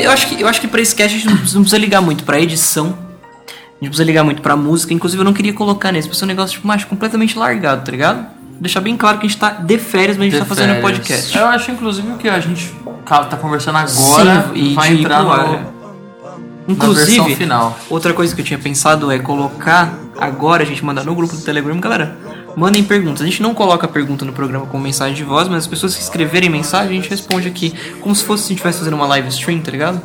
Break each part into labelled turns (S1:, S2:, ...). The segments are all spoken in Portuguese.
S1: Eu acho que, eu acho que pra esse cast a gente não precisa- não precisa ligar muito pra edição. A gente precisa ligar muito pra música. Inclusive, eu não queria colocar nesse. Pra ser um negócio tipo, mais completamente largado, tá ligado? Deixar bem claro que a gente tá de férias, mas a gente
S2: De
S1: tá fazendo um
S2: férias.
S1: podcast.
S2: Eu acho, inclusive, que a gente ca- tá conversando agora
S1: Sim, e
S2: vai
S1: de ir
S2: entrar
S1: pro
S2: no,
S1: ar, é.
S2: na versão
S1: Inclusive,
S2: final.
S1: outra coisa que eu tinha pensado é colocar agora, a gente mandar no grupo do Telegram, galera. Mandem perguntas. A gente não coloca pergunta no programa com mensagem de voz, mas as pessoas que escreverem mensagem, a gente responde aqui. Como se fosse se a gente estivesse fazendo uma live stream, tá ligado?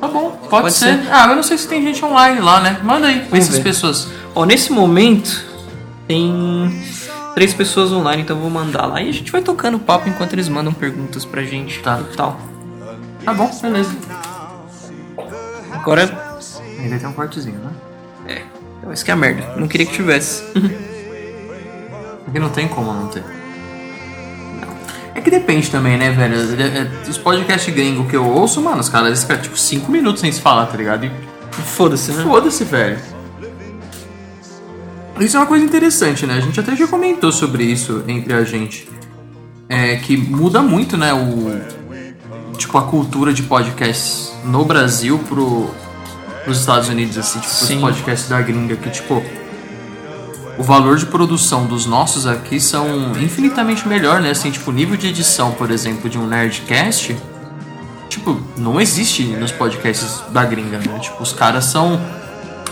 S2: Tá bom, pode,
S1: Pode
S2: ser.
S1: ser.
S2: Ah, eu não sei se tem gente online lá, né? Manda aí pra essas
S1: ver.
S2: pessoas.
S1: Ó, nesse momento tem três pessoas online, então eu vou mandar lá. E a gente vai tocando papo enquanto eles mandam perguntas pra gente
S2: Tá.
S1: e tal.
S2: Tá bom, beleza.
S1: Agora,
S2: Ainda tem um cortezinho, né?
S1: é, essa que é a merda. Não queria que tivesse.
S2: Porque não tem como não ter. É que depende também, né, velho? É- é- Os podcasts gringos que eu ouço, mano, os caras ficam tipo 5 minutos sem se falar, tá ligado? E
S1: Foda-se, né?
S2: Uhum. foda-se, velho. Isso é uma coisa interessante, né? A gente até já comentou sobre isso entre a gente. É que muda muito, né, o. Tipo, a cultura de podcasts no Brasil pro, pros Estados Unidos, assim, tipo,
S1: Sim.
S2: os podcasts da gringa, que, tipo, o valor de produção dos nossos aqui são infinitamente melhor, né? Assim, tipo, o nível de edição, por exemplo, de um Nerdcast, tipo, não existe nos podcasts da gringa, né? Tipo, os caras são.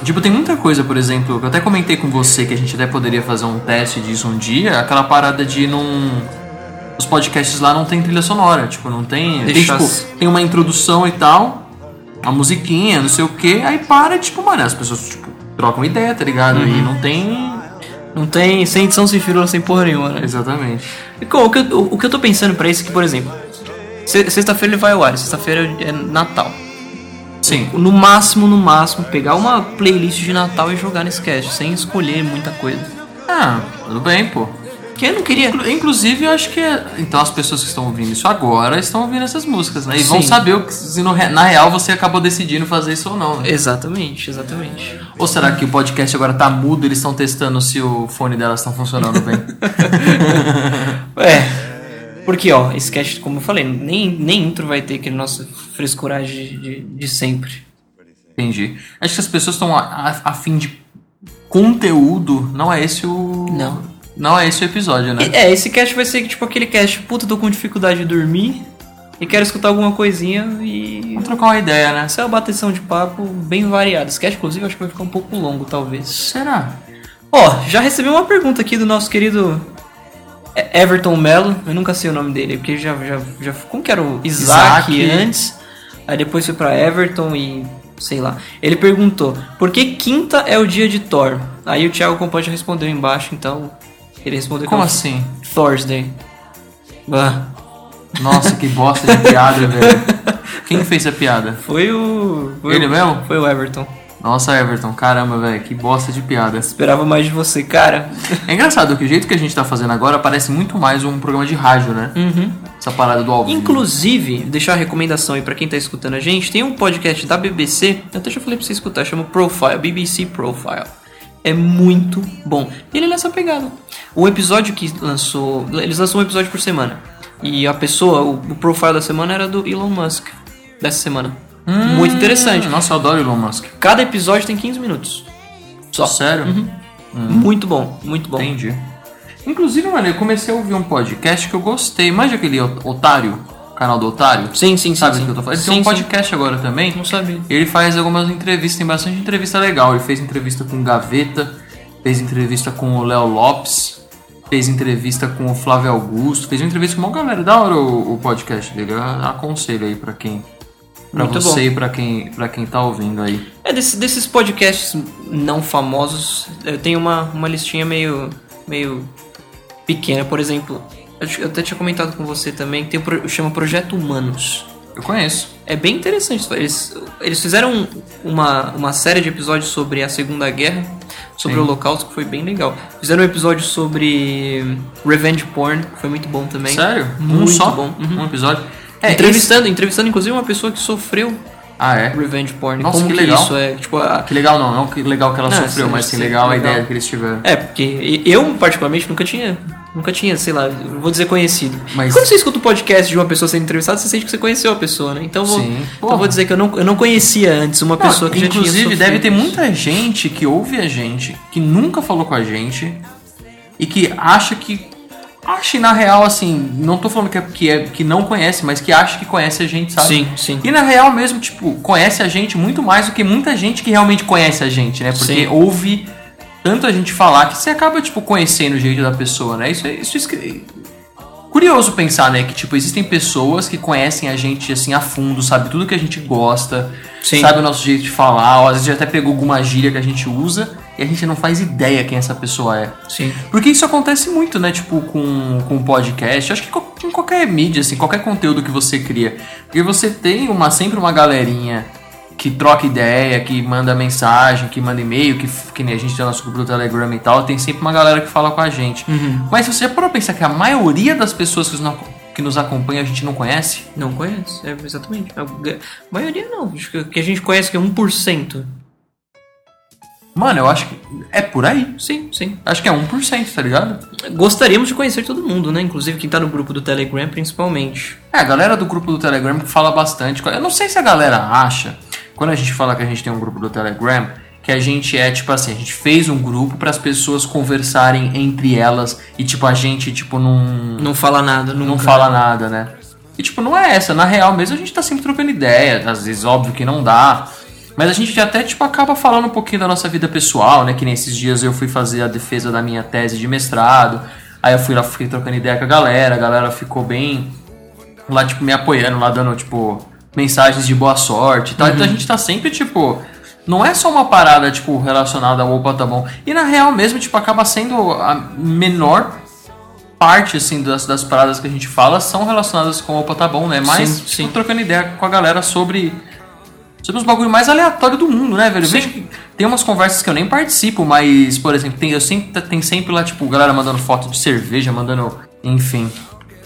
S2: Tipo, tem muita coisa, por exemplo, que eu até comentei com você que a gente até poderia fazer um teste disso um dia, aquela parada de não. Os podcasts lá não tem trilha sonora, tipo, não tem. Tem,
S1: Deixar
S2: tipo,
S1: as-
S2: tem uma introdução e tal, uma musiquinha, não sei o quê, aí para, tipo, mano, as pessoas, tipo, trocam ideia, tá ligado? E não tem
S1: Não tem sem edição, sem firula, sem porra nenhuma, né?
S2: Exatamente.
S1: E como, o, que eu, o que eu tô pensando pra isso é que, por exemplo, se- sexta-feira ele vai ao ar, sexta-feira é Natal.
S2: Sim.
S1: No máximo, no máximo, pegar uma playlist de Natal e jogar nesse cast, sem escolher muita coisa.
S2: Ah, tudo bem, pô.
S1: Porque eu não queria.
S2: Inclu- Inclusive, eu acho que. Então, as pessoas que estão ouvindo isso agora estão ouvindo essas músicas, né? E vão
S1: Sim.
S2: saber o que- se no re- na real você acabou decidindo fazer isso ou não, né?
S1: Exatamente, exatamente.
S2: Ou será que o podcast agora tá mudo e eles estão testando se o fone delas estão funcionando bem?
S1: É. Porque, ó, esse cast, como eu falei, nem, nem intro vai ter aquele nosso frescuragem de, de sempre.
S2: Entendi. Acho que as pessoas estão a, a- a fim de conteúdo. Não é esse o.
S1: Não.
S2: Não é esse o episódio, né?
S1: E- é, esse cast vai ser tipo aquele cast, puta, tô com dificuldade de dormir e quero escutar alguma coisinha e.
S2: Vamos trocar uma ideia, né?
S1: Essa é uma bateção de papo bem variada. Esse cast, inclusive, acho que vai ficar um pouco longo, talvez.
S2: Será?
S1: Ó, já recebi uma pergunta aqui do nosso querido E- Everton Mello. Eu nunca sei o nome dele, porque já. já, já como que era o Isaac,
S2: Isaac.
S1: antes? Aí depois foi pra Everton e. sei lá. Ele perguntou: por que quinta é o dia de Thor? Aí o Thiago Companhia respondeu embaixo, então. Ele respondeu
S2: Como
S1: que é o
S2: assim?
S1: Thursday. Ah,
S2: Nossa, que bosta de piada, velho. Quem fez essa piada?
S1: foi o. Foi
S2: Ele
S1: o,
S2: mesmo?
S1: Foi o Everton.
S2: Nossa, Everton, caramba, velho, que bosta de piada.
S1: Esperava mais de você, cara.
S2: É engraçado que o jeito que a gente tá fazendo agora parece muito mais um programa de rádio, né?
S1: Uhum.
S2: Essa parada do ao vivo.
S1: Inclusive, deixar a recomendação aí pra quem tá escutando a gente, tem um podcast da BBC, eu até já falei pra você escutar, chama Profile, BBC Profile. É muito bom. E ele é nessa pegada. O episódio que lançou. Eles lançam um episódio por semana. E a pessoa, o, o profile da semana era do Elon Musk. Dessa semana.
S2: Hum.
S1: muito interessante.
S2: Nossa, eu adoro Elon Musk.
S1: Cada episódio tem 15 minutos. Só. Uhum.
S2: Sério? Hum.
S1: Muito bom, muito bom.
S2: Entendi. Inclusive, mano, eu comecei a ouvir um podcast que eu gostei. Manja aquele ot- Otário? Canal do Otário?
S1: Sim, sim, sim.
S2: Sabe
S1: sim.
S2: o que eu tô falando? Ele
S1: Sim,
S2: tem um
S1: sim.
S2: podcast agora também.
S1: Não sabia.
S2: Ele faz algumas entrevistas, tem bastante entrevista legal. Ele fez entrevista com o Gaveta, fez entrevista com o Léo Lopes, fez entrevista com o Flávio Augusto, fez uma entrevista com uma galera. Da hora o, o podcast dele. Eu aconselho aí pra quem. Pra
S1: Muito
S2: você
S1: bom.
S2: e pra quem, pra quem tá ouvindo aí.
S1: É, desse- desses podcasts não famosos, eu tenho uma, uma listinha meio, meio pequena. Por exemplo, eu, te- eu até tinha comentado com você também que tem, o pro- chama Projeto Humanos.
S2: Eu conheço.
S1: É bem interessante. Eles, eles fizeram uma, uma série de episódios sobre a Segunda Guerra, sobre o Holocausto, que foi bem legal. Fizeram um episódio sobre Revenge Porn, que foi muito bom também.
S2: Sério? um
S1: Muito
S2: só?
S1: bom. Uhum.
S2: Um episódio?
S1: entrevistando, entrevistando, inclusive, uma pessoa que sofreu
S2: esse- Ah, é?
S1: Revenge Porn.
S2: Nossa,
S1: Como
S2: que
S1: que,
S2: legal.
S1: isso é? Tipo, a,
S2: Que legal não, não que legal que ela
S1: Não,
S2: sofreu,
S1: sim,
S2: mas que
S1: sim,
S2: legal a
S1: legal.
S2: ideia que eles tiveram.
S1: É, porque eu, particularmente, nunca tinha Nunca tinha, sei lá, vou dizer conhecido.
S2: Mas-
S1: Quando você escuta o podcast de uma pessoa sendo entrevistada, você sente que você conheceu a pessoa, né? Então eu vou,
S2: Sim.
S1: então eu vou
S2: Porra.
S1: dizer que eu não, eu não conhecia antes uma
S2: Não,
S1: pessoa que já tinha
S2: inclusive, deve
S1: sofrido
S2: ter
S1: isso.
S2: muita gente que ouve a gente, que nunca falou com a gente e que acha que. Acha, e, na real, assim, não tô falando que, é, que, é, que não conhece, mas que acha que conhece a gente, sabe?
S1: Sim, sim.
S2: E na real mesmo, tipo, conhece a gente muito mais do que muita gente que realmente conhece a gente, né? Porque
S1: Sim.
S2: ouve tanto a gente falar que você acaba, tipo, conhecendo o jeito da pessoa, né? Isso é. Isso é escri- Curioso pensar, né? Que, tipo, existem pessoas que conhecem a gente, assim, a fundo, sabe? Tudo que a gente gosta,
S1: Sim.
S2: sabe o nosso jeito de falar, ou às vezes até pegou alguma gíria que a gente usa e a gente não faz ideia quem essa pessoa é.
S1: Sim.
S2: Porque isso acontece muito, né? Tipo, com, com podcast. Acho que co- em qualquer mídia, assim, qualquer conteúdo que você cria. Porque você tem uma, sempre uma galerinha que troca ideia, que manda mensagem, que manda e-mail, que, f- que nem a gente tem o nosso grupo do Telegram e tal. Tem sempre uma galera que fala com a gente. Mas se você parou pra pensar que a maioria das pessoas que nos, ac- que nos acompanha a gente não conhece?
S1: Não conhece, é, exatamente. A ga- maioria não. Acho que que a gente conhece que é 1%.
S2: Mano, eu acho que é por aí.
S1: Sim, sim.
S2: Acho que é 1%, tá ligado?
S1: Gostaríamos de conhecer todo mundo, né? Inclusive quem tá no grupo do Telegram, principalmente.
S2: É, a galera do grupo do Telegram fala bastante. Eu não sei se a galera acha, quando a gente fala que a gente tem um grupo do Telegram, que a gente é tipo assim, a gente fez um grupo para as pessoas conversarem entre elas e tipo a gente tipo não
S1: Não fala nada,
S2: não
S1: nunca.
S2: fala nada, né? E tipo, não é essa, na real mesmo a gente tá sempre trocando ideia, às vezes óbvio que não dá. Mas a gente até tipo acaba falando um pouquinho da nossa vida pessoal, né? Que nesses dias eu fui fazer a defesa da minha tese de mestrado. Aí eu fui lá, fiquei trocando ideia com a galera, a galera ficou bem lá, tipo, me apoiando, lá dando, tipo, mensagens de boa sorte e tal.
S1: Uhum.
S2: Então a gente tá sempre, tipo, não é só uma parada, tipo, relacionada ao opa, tá bom. E na real mesmo, tipo, acaba sendo a menor parte, assim, das, das paradas que a gente fala são relacionadas com opa, tá bom, né? Mas,
S1: Sim,
S2: tipo,
S1: sim.
S2: trocando ideia com a galera sobre. Sobre os bagulho mais aleatório do mundo, né, velho? Eu
S1: Sim.
S2: vejo que tem umas conversas que eu nem participo, mas, por exemplo, tem, eu sempre, tem sempre lá, tipo, galera mandando foto de cerveja, mandando. Enfim.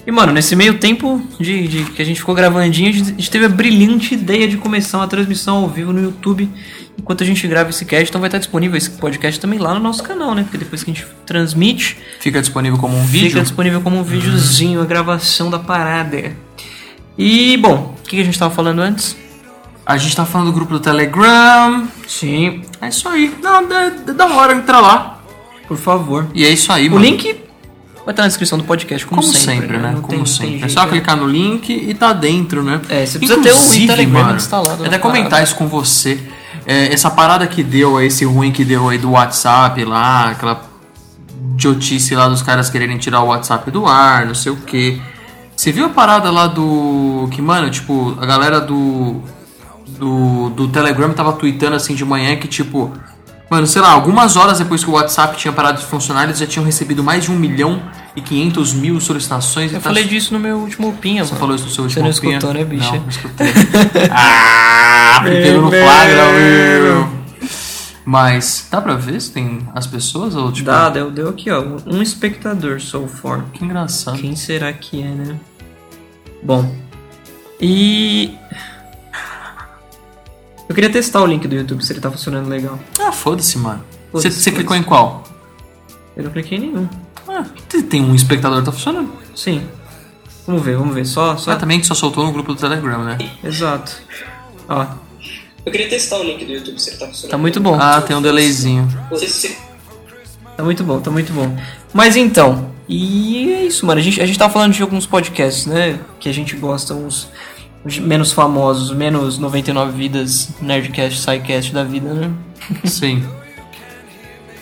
S1: E, mano, nesse meio tempo de, de que a gente ficou gravandinho, a gente, a gente teve a brilhante ideia de começar uma transmissão ao vivo no YouTube enquanto a gente grava esse cast. Então vai estar disponível esse podcast também lá no nosso canal, né? Porque depois que a gente transmite,
S2: Fica disponível como um vídeo.
S1: fica disponível como um videozinho, a gravação da parada. E, bom, o que a gente tava falando antes?
S2: A gente tá falando do grupo do Telegram.
S1: Sim,
S2: É isso aí. Não, dá, dá da hora entrar lá.
S1: por favor.
S2: E é isso aí,
S1: O
S2: mano.
S1: link vai estar na descrição do podcast, como,
S2: como sempre, né?
S1: Não
S2: Como
S1: tem- não tem
S2: sempre. É
S1: jeito,
S2: só
S1: né?
S2: clicar no link e tá dentro, né?
S1: É, você precisa ter o Telegram instalado
S2: Até
S1: na
S2: comentar
S1: parada.
S2: isso com você. É, essa parada que deu, esse ruim que deu aí do WhatsApp lá, aquela idiotice lá dos caras quererem tirar o WhatsApp do ar, não sei o que. Você viu a parada lá do. Que, mano, tipo, a galera do. Do, do Telegram tava tweetando assim de manhã que, tipo. Mano, sei lá, algumas horas depois que o WhatsApp tinha parado de funcionar, eles já tinham recebido mais de 1 milhão e 500 mil solicitações. e
S1: Eu
S2: tá
S1: falei disso no meu último opinha,
S2: você falou isso no seu último
S1: não
S2: opinha?
S1: escutou, né, bicha?
S2: Não, não escutei. ah, me pegou no flagra, meu. Mas dá pra ver se tem as pessoas ou tipo...
S1: Dá, deu, deu aqui, ó. Um espectador so far.
S2: Que engraçado.
S1: Quem será que é, né? Bom. E. Eu queria testar o link do YouTube se ele tá funcionando legal.
S2: Ah, foda-se, mano.
S1: Foda-se,
S2: Você você
S1: foda-se.
S2: clicou em qual?
S1: Eu não cliquei em nenhum.
S2: Ah, tem- tem um espectador, tá funcionando.
S1: Sim. Vamos ver, vamos ver. Só. só...
S2: Ah, também que só soltou no grupo do Telegram, né?
S1: tá. Exato. Ó. Eu queria testar o link do YouTube se ele tá funcionando. Tá muito bom.
S2: Ah, tem um delayzinho.
S1: Tá muito bom, tá muito bom. Mas então, e é isso, mano. A gente, a gente tava falando de alguns podcasts, né? Que a gente gosta, uns de- menos famosos, menos 99 vidas, Nerdcast, SciCast da vida, né?
S2: Sim.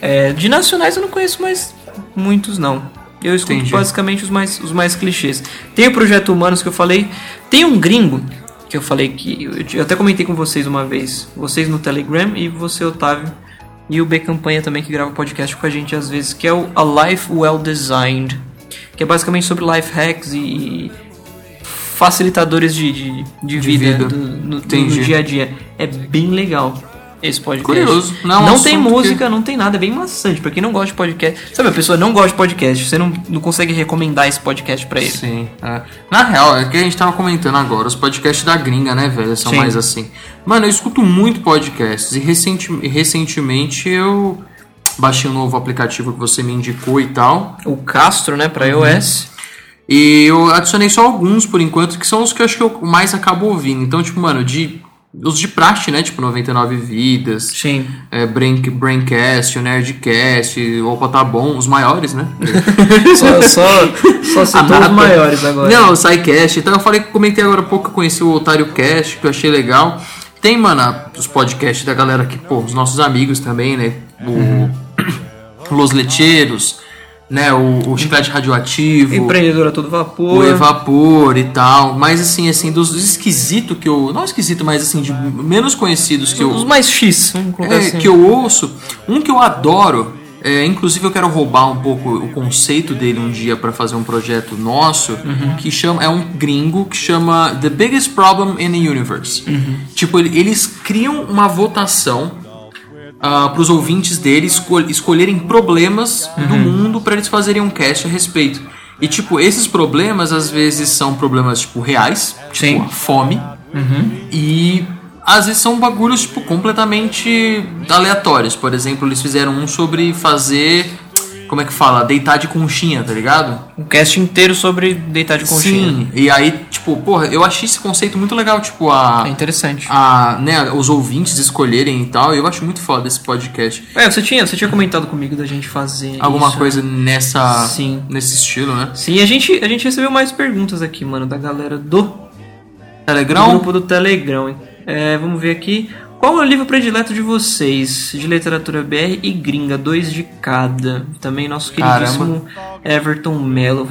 S1: É, de nacionais eu não conheço mais muitos, não. Eu escuto
S2: Entendi.
S1: basicamente os mais, os mais clichês. Tem o Projeto Humanos que eu falei. Tem um gringo que eu falei que. Eu, eu até comentei com vocês uma vez. Vocês no Telegram e você, Otávio. E o B Campanha também, que grava podcast com a gente às vezes, que é o A Life Well Designed. Que é basicamente sobre life hacks e- e facilitadores de, de, de vida,
S2: vida.
S1: do- no, do- no
S2: Entendi.
S1: dia a dia. É bem legal esse podcast.
S2: Curioso. Não é um
S1: Não, tem
S2: assunto que-
S1: música, não tem nada, é bem maçante. Pra quem não gosta de podcast. Sabe, a pessoa não gosta de podcast, você não, não consegue recomendar esse podcast pra ele.
S2: Sim. é. Na real, é o que a gente tava comentando agora. Os podcasts da gringa, né, velho? São
S1: Sim.
S2: mais assim. Mano, eu escuto muito podcasts. E recenti- recentemente eu baixei um novo aplicativo que você me indicou e tal.
S1: O Castro, né, pra iOS.
S2: E eu adicionei só alguns por enquanto, que são os que eu acho que eu mais acabo ouvindo. Então, tipo, mano, de. Os de praxe, né? Tipo, 99 Vidas,
S1: Sim.
S2: é, Brain, Braincast, o Nerdcast, Opa Tá Bom, os maiores, né?
S1: Só, só, só citou os
S2: Nata.
S1: maiores agora.
S2: Não, o SciCast. Então eu falei, comentei agora há pouco que eu conheci o Otário Cast, que eu achei legal. Tem, mano, a- os podcasts da galera que, pô, os nossos amigos também, né? O Los Lecheiros, né? O, o Chiclete Radioativo.
S1: Empreendedor a todo vapor.
S2: O Evapor e tal. Mas assim, assim, dos esquisitos que eu. Não esquisito, mas assim, de menos conhecidos que
S1: Os
S2: eu,
S1: mais X, vamos colocar
S2: é,
S1: assim.
S2: que eu ouço. Um que eu adoro. é, inclusive eu quero roubar um pouco o conceito dele um dia para fazer um projeto nosso que chama é um gringo que chama The Biggest Problem in the Universe. Tipo ele- eles criam uma votação para os Ah, ouvintes deles escol- escolherem problemas
S1: Uhum.
S2: do mundo para eles fazerem um cast a respeito. E tipo esses problemas às vezes são problemas tipo reais, tipo
S1: Sim. Uhum.
S2: a fome, e às vezes são bagulhos tipo, completamente aleatórios. Por exemplo, eles fizeram um sobre fazer. Como é que fala? Deitar de conchinha, tá ligado?
S1: Um cast inteiro sobre deitar de conchinha.
S2: Sim. E aí, tipo, porra, eu achei esse conceito muito legal, tipo,
S1: É
S2: a.
S1: interessante.
S2: a né, os ouvintes escolherem e tal. Eu acho muito foda esse podcast.
S1: É, você tinha, você tinha comentado comigo da gente fazer
S2: Alguma
S1: isso.
S2: coisa nessa.
S1: Sim.
S2: Nesse estilo, né?
S1: Sim, a gente, a gente recebeu mais perguntas aqui, mano, da galera do
S2: Telegram?
S1: grupo do Telegram. hein? É, vamos ver aqui. Qual é o livro predileto de vocês? De literatura BR e gringa, dois de cada. Também nosso queridíssimo Everton Mello.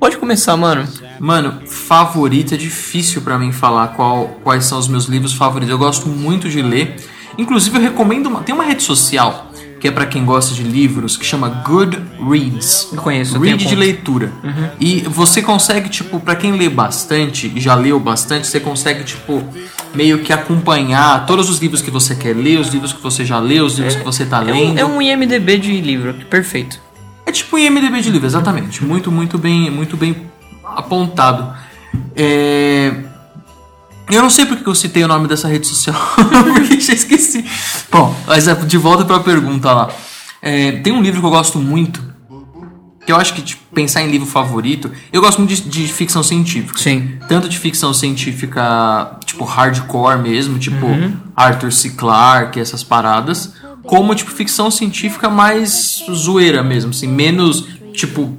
S1: Pode começar, mano.
S2: Mano, favorito é difícil pra mim falar qual, quais são os meus livros favoritos. Eu gosto muito de ler. Inclusive, eu recomendo. Uma, tem uma rede social que é pra quem gosta de livros que chama Goodreads.
S1: Eu conheço, eu tenho
S2: Read de
S1: conta. Uhum.
S2: leitura. E você consegue, tipo, pra quem lê bastante, e já leu bastante, você consegue, tipo, meio que acompanhar todos os livros que você quer ler, os livros que você já leu, os livros que você tá
S1: É um,
S2: lendo.
S1: é um IMDB de livro, perfeito.
S2: É tipo um IMDB de livro, exatamente. Muito, muito bem, muito bem apontado. É... Eu não sei porque que eu citei o nome dessa rede social, porque já esqueci. Bom, mas é de volta pra pergunta lá. É, tem um livro que eu gosto muito, que eu acho que tipo, pensar em livro favorito, eu gosto muito de, de ficção científica.
S1: Sim.
S2: Tanto de ficção científica, tipo, hardcore mesmo, tipo
S1: Uhum.
S2: Arthur C. Clarke, essas paradas, como, tipo, ficção científica mais zoeira mesmo, assim, menos, tipo,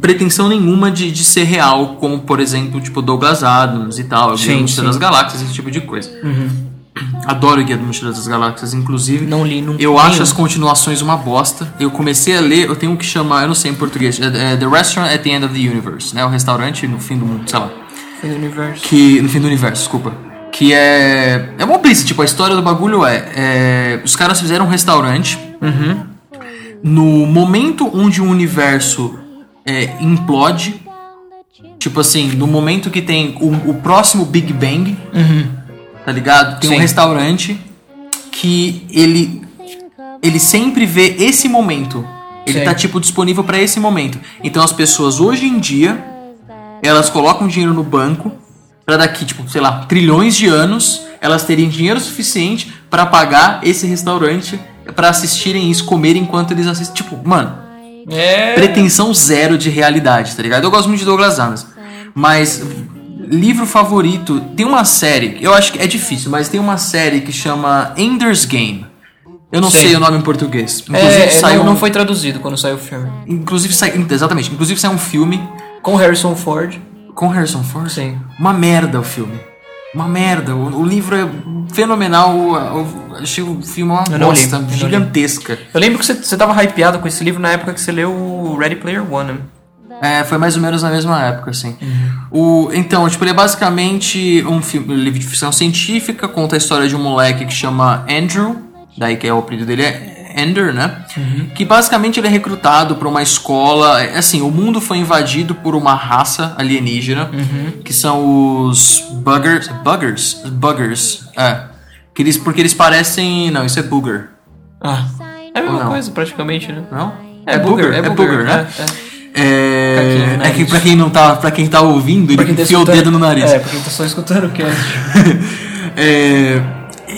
S2: pretensão nenhuma de, de ser real, como, por exemplo, tipo, Douglas Adams e tal, Guia
S1: Sim,
S2: do Mochila
S1: sim. Uhum.
S2: das Galáxias, esse tipo de coisa. Adoro Guia do Mochila das Galáxias, inclusive.
S1: Não li nunca.
S2: Eu acho as
S1: nenhum.
S2: continuações uma bosta. Eu comecei a ler, eu tenho um que chama, eu não sei em português, é, é The Restaurant at the End of the Universe, né? O restaurante no fim do mundo, sei lá.
S1: Fim do universo.
S2: Que, no fim do universo, desculpa. Que é. É uma brisa, tipo, a história do bagulho é. é, os caras fizeram um restaurante. No momento onde o universo é, implode, tipo assim, no momento que tem o, o próximo Big Bang, tá ligado? Tem
S1: Sim.
S2: um restaurante que ele ele sempre vê esse momento. Ele
S1: Sim.
S2: tá tipo disponível pra esse momento. Então as pessoas hoje em dia elas colocam dinheiro no banco pra daqui tipo, sei lá, trilhões de anos elas terem dinheiro suficiente pra pagar esse restaurante pra assistirem isso, comerem enquanto eles assistem. Tipo, mano,
S1: É.
S2: pretensão zero de realidade, tá ligado? Eu gosto muito de Douglas Adams, mas livro favorito tem uma série, eu acho que é difícil, mas tem uma série que chama Ender's Game. Eu não
S1: Sim.
S2: sei o nome em português. Inclusive
S1: É,
S2: saiu,
S1: não,
S2: um-
S1: não foi traduzido quando saiu o filme.
S2: inclusive saiu, exatamente, inclusive saiu um filme
S1: Com Harrison Ford.
S2: com Harrison Ford.
S1: Sim.
S2: Uma merda o filme. Uma merda. O, o livro é fenomenal. Eu, eu achei o filme uma
S1: Eu não li,
S2: bosta
S1: eu não li.
S2: gigantesca.
S1: Eu lembro que você, você tava hypeado com esse livro na época que você leu o Ready Player One. né?
S2: É, foi mais ou menos na mesma época, assim. O, então, tipo, ele é basicamente um filme, um livro de ficção científica, conta a história de um moleque que chama Andrew, daí que é o apelido dele é Ender, né? Que basicamente ele é recrutado pra uma escola, é, assim, o mundo foi invadido por uma raça alienígena, que são os Buggers, Buggers, Buggers, é. Que eles, porque eles parecem, não, isso é Booger,
S1: Ah. É a mesma
S2: Ou não?
S1: coisa, praticamente, né?
S2: não?
S1: É booger, é
S2: é
S1: booger,
S2: Booger, né?
S1: é, é.
S2: É,
S1: Pra quem-
S2: é que pra quem não tá, pra quem tá ouvindo,
S1: Pra
S2: ele
S1: quem tá
S2: enfia o
S1: escutando-
S2: dedo no nariz.
S1: É, pra quem tá só escutando o cast.
S2: É,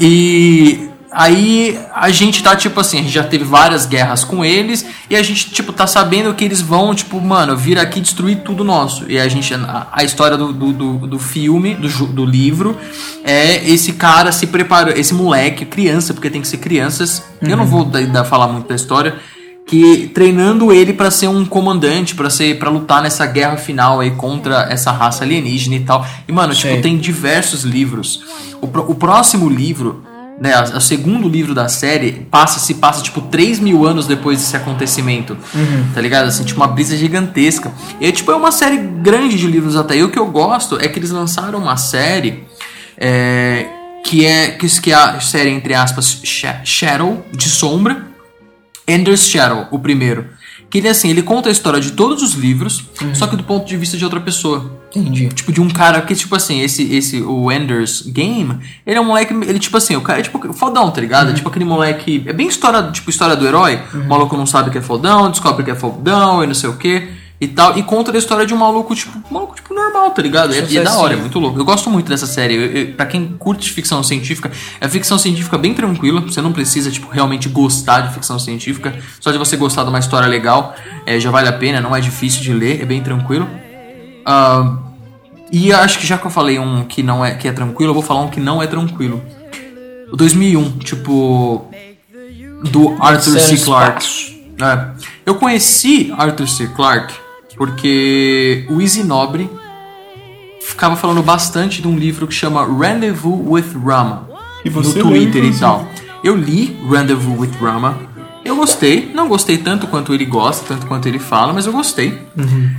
S2: e Aí a gente tá, tipo assim, a gente já teve várias guerras com eles, e a gente, tipo, tá sabendo que eles vão, tipo, mano, vir aqui destruir tudo nosso. E a gente, a, a história do, do, do, do filme, do, ju- do livro, é esse cara se preparando, esse moleque, criança, porque tem que ser crianças, eu não vou da, da- falar muito da história, que treinando ele pra ser um comandante, pra ser para lutar nessa guerra final aí contra essa raça alienígena e tal. E, mano,
S1: Sei.
S2: tipo, tem diversos livros. O, pró- o próximo livro, né, a- o segundo livro da série, passa se passa tipo 3 mil anos depois desse acontecimento. Tá ligado? Assim, tipo uma brisa gigantesca. E tipo, é uma série grande de livros até. E o que eu gosto é que eles lançaram uma série é, que é que isso que é a série entre aspas Sha- Shadow de sombra. Ender's Shadow, o primeiro. Que ele assim, ele conta a história de todos os livros, só que do ponto de vista de outra pessoa.
S1: Entendi.
S2: Tipo, de um cara que, tipo assim, esse, esse, o Ender's Game, ele é um moleque, ele, tipo assim, o cara é tipo fodão, tá ligado? É Tipo aquele moleque, é bem história, tipo, história do herói. O maluco não sabe que é fodão, descobre que é fodão e não sei o que e tal. E conta a história de um maluco, tipo, um maluco, tipo, normal, tá ligado? E é, e é da hora, é muito louco. Eu gosto muito dessa série. Eu, eu- pra quem curte ficção científica, é ficção científica bem tranquila. Você não precisa, tipo, realmente gostar de ficção científica. Só de você gostar de uma história legal, eh, já vale a pena, não é difícil de ler, é bem tranquilo. Ah, e acho que já que eu falei um que não é que é tranquilo, eu vou falar um que não é tranquilo. O 2001, tipo do Arthur C.
S1: Santos
S2: Clarke. É. Eu conheci Arthur C. Clarke porque o Easy Nobre ficava falando bastante de um livro que chama Rendezvous with Rama
S3: E
S2: no
S3: você leu,
S2: Twitter e
S3: inclusive.
S2: tal. Eu li Rendezvous with Rama. Eu gostei, não gostei tanto quanto ele gosta, tanto quanto ele fala, mas eu gostei.
S3: Uhum.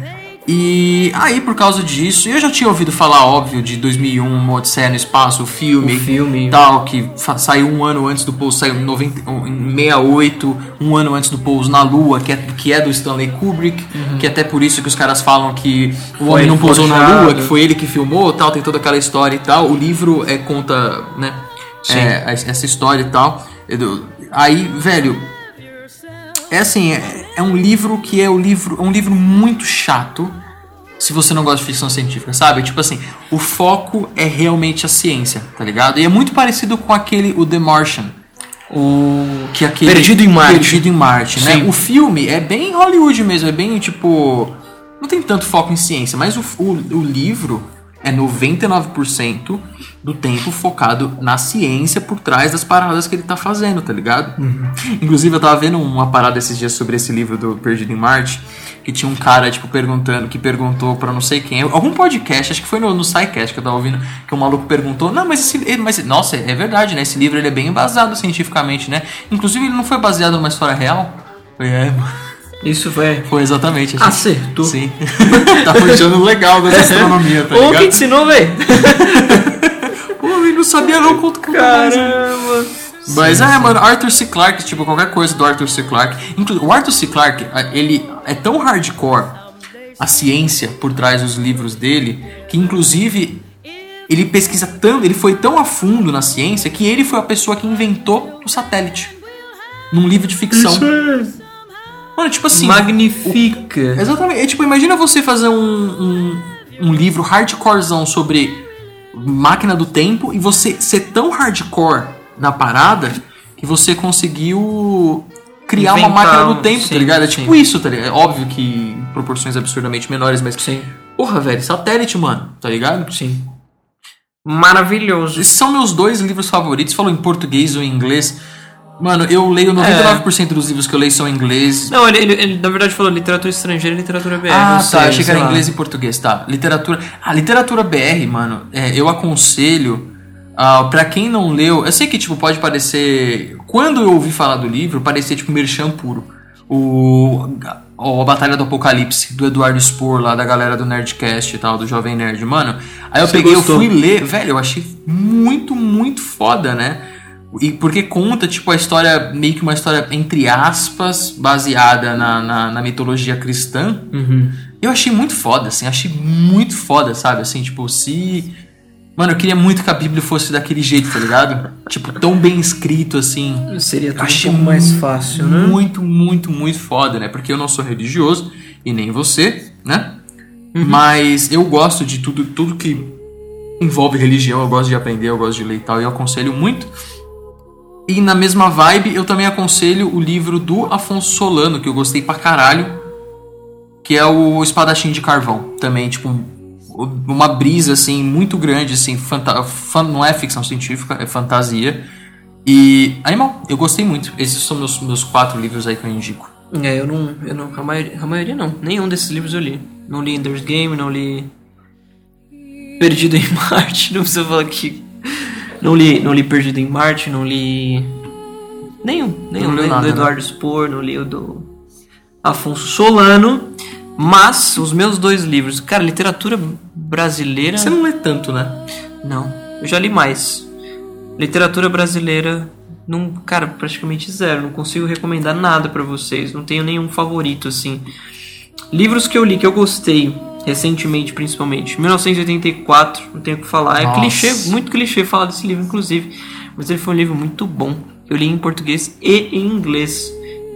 S2: E aí, por causa disso, eu já tinha ouvido falar, óbvio, de 2001, Uma Odisseia no Espaço, o filme,
S1: O filme.
S2: e tal, que fa- saiu um ano antes do pouso, saiu em, 90, em 68, um ano antes do pouso na Lua, que é, que é do Stanley Kubrick,
S3: Uhum.
S2: que é até por isso que os caras falam que o homem não pousou na
S1: forjado.
S2: Lua, que foi ele que filmou, tal, tem toda aquela história e tal. O livro é, conta, né, é, a- essa história e tal. E do- Aí, velho, é assim, é, é um livro que é o livro, é um livro muito chato. Se você não gosta de ficção científica, sabe? Tipo assim, o foco é realmente a ciência, tá ligado? E é muito parecido com aquele o The Martian,
S1: O.
S2: que é aquele
S1: Perdido em Marte.
S2: Perdido em Marte, né?
S1: Sim.
S2: O filme é bem Hollywood mesmo, é bem tipo não tem tanto foco em ciência, mas o, o, o livro é 99% do tempo focado na ciência por trás das paradas que ele tá fazendo, tá ligado? Inclusive, eu tava vendo uma parada esses dias sobre esse livro do Perdido em Marte, que tinha um cara, tipo, perguntando, que perguntou pra não sei quem, algum podcast, acho que foi no, no SciCast que eu tava ouvindo, que o maluco perguntou, não, mas esse, ele- mas, nossa, é verdade, né, esse livro ele é bem embasado cientificamente, né? Inclusive, ele não foi baseado numa história real? Foi, é,
S1: Isso é foi.
S2: foi exatamente. a gente-
S1: Acertou.
S2: Ah, Sim. tá puxando legal dessa astronomia, tá
S1: Ô, quem te
S2: ligado?
S1: ensinou, velho?
S2: Pô, eu não sabia não quanto que eu conheço.
S1: Caramba.
S2: Mas é, mano, Arthur C. Clarke, tipo, qualquer coisa do Arthur C. Clarke. Inclusive, o Arthur C. Clarke, a- ele é tão hardcore a ciência por trás dos livros dele, que inclusive ele pesquisa tanto, ele foi tão a fundo na ciência que ele foi a pessoa que inventou o satélite. Num livro de ficção. Mano, tipo assim.
S1: é Magnifica.
S2: Exatamente. É, tipo, imagina você fazer um, um, um livro hardcorezão sobre máquina do tempo e você ser tão hardcore na parada que você conseguiu criar uma
S1: Inventar
S2: máquina do
S1: um-
S2: tempo,
S1: sim,
S2: tá ligado? É
S1: sim.
S2: tipo isso, tá ligado? É óbvio que em proporções absurdamente menores, mas.
S1: Sim.
S2: Porra, velho, satélite, mano, tá ligado?
S1: Sim. Maravilhoso.
S2: Esses são meus dois livros favoritos. Falou em português ou em inglês. Mano, eu
S1: É.
S2: leio 99% dos livros que eu leio são em inglês.
S1: Não, ele, ele- ele, na verdade falou literatura estrangeira e literatura BR.
S2: Ah,
S1: não
S2: tá.
S1: sei,
S2: achei que
S1: sei
S2: era
S1: lá.
S2: inglês e português, tá. Literatura. Ah, literatura BR, mano, é, eu aconselho. ah, pra quem não leu, eu sei que tipo, pode parecer. Quando eu ouvi falar do livro, parecia tipo merchan puro. O. ó, a Batalha do Apocalipse, do Eduardo Spohr, lá da galera do Nerdcast e tal, do Jovem Nerd, mano. Aí eu
S1: Você
S2: peguei,
S1: gostou?
S2: eu fui ler, velho, eu achei muito, muito foda, né? E porque conta, tipo, a história, meio que uma história, entre aspas, baseada na, na, na mitologia cristã.
S1: Uhum.
S2: Eu achei muito foda, assim, achei muito foda, sabe? Assim, tipo, se. Mano, eu queria muito que a Bíblia fosse daquele jeito, tá ligado? tipo, tão bem escrito, assim.
S1: Seria tudo
S2: Achei
S1: um pouco mais
S2: mu-
S1: fácil, né?
S2: Muito, muito, muito foda, né? Porque eu não sou religioso e nem você, né?
S1: Uhum.
S2: Mas eu gosto de tudo, tudo que envolve religião, eu gosto de aprender, eu gosto de ler e tal, e eu aconselho muito. E na mesma vibe, eu também aconselho o livro do Afonso Solano, que eu gostei pra caralho, que é o Espadachim de Carvão. Também, tipo, um- uma brisa, assim, muito grande, assim, fanta- fan- não é ficção científica, é fantasia. E, animal, eu gostei muito. Esses são meus, meus quatro livros aí que eu indico.
S1: É, eu não. Eu não a, maioria, a maioria não. Nenhum desses livros eu li. Não li Ender's Game, não li. Perdido em Marte, não precisa falar que. Não li, não li Perdido em Marte, não li. Nenhum, nenhum.
S2: Não leu
S1: li
S2: nada,
S1: do
S2: né?
S1: Eduardo Spor, não li o do Afonso Solano. Mas os meus dois livros, cara, literatura brasileira.
S2: Você não lê tanto, né?
S1: Não, eu já li mais. Literatura brasileira, não, cara, praticamente zero. Não consigo recomendar nada pra vocês. Não tenho nenhum favorito assim. Livros que eu li que eu gostei recentemente, principalmente. 1984, não tenho o que falar.
S2: Nossa.
S1: É clichê, muito clichê falar desse livro, inclusive. Mas ele foi um livro muito bom. Eu li em português e em inglês.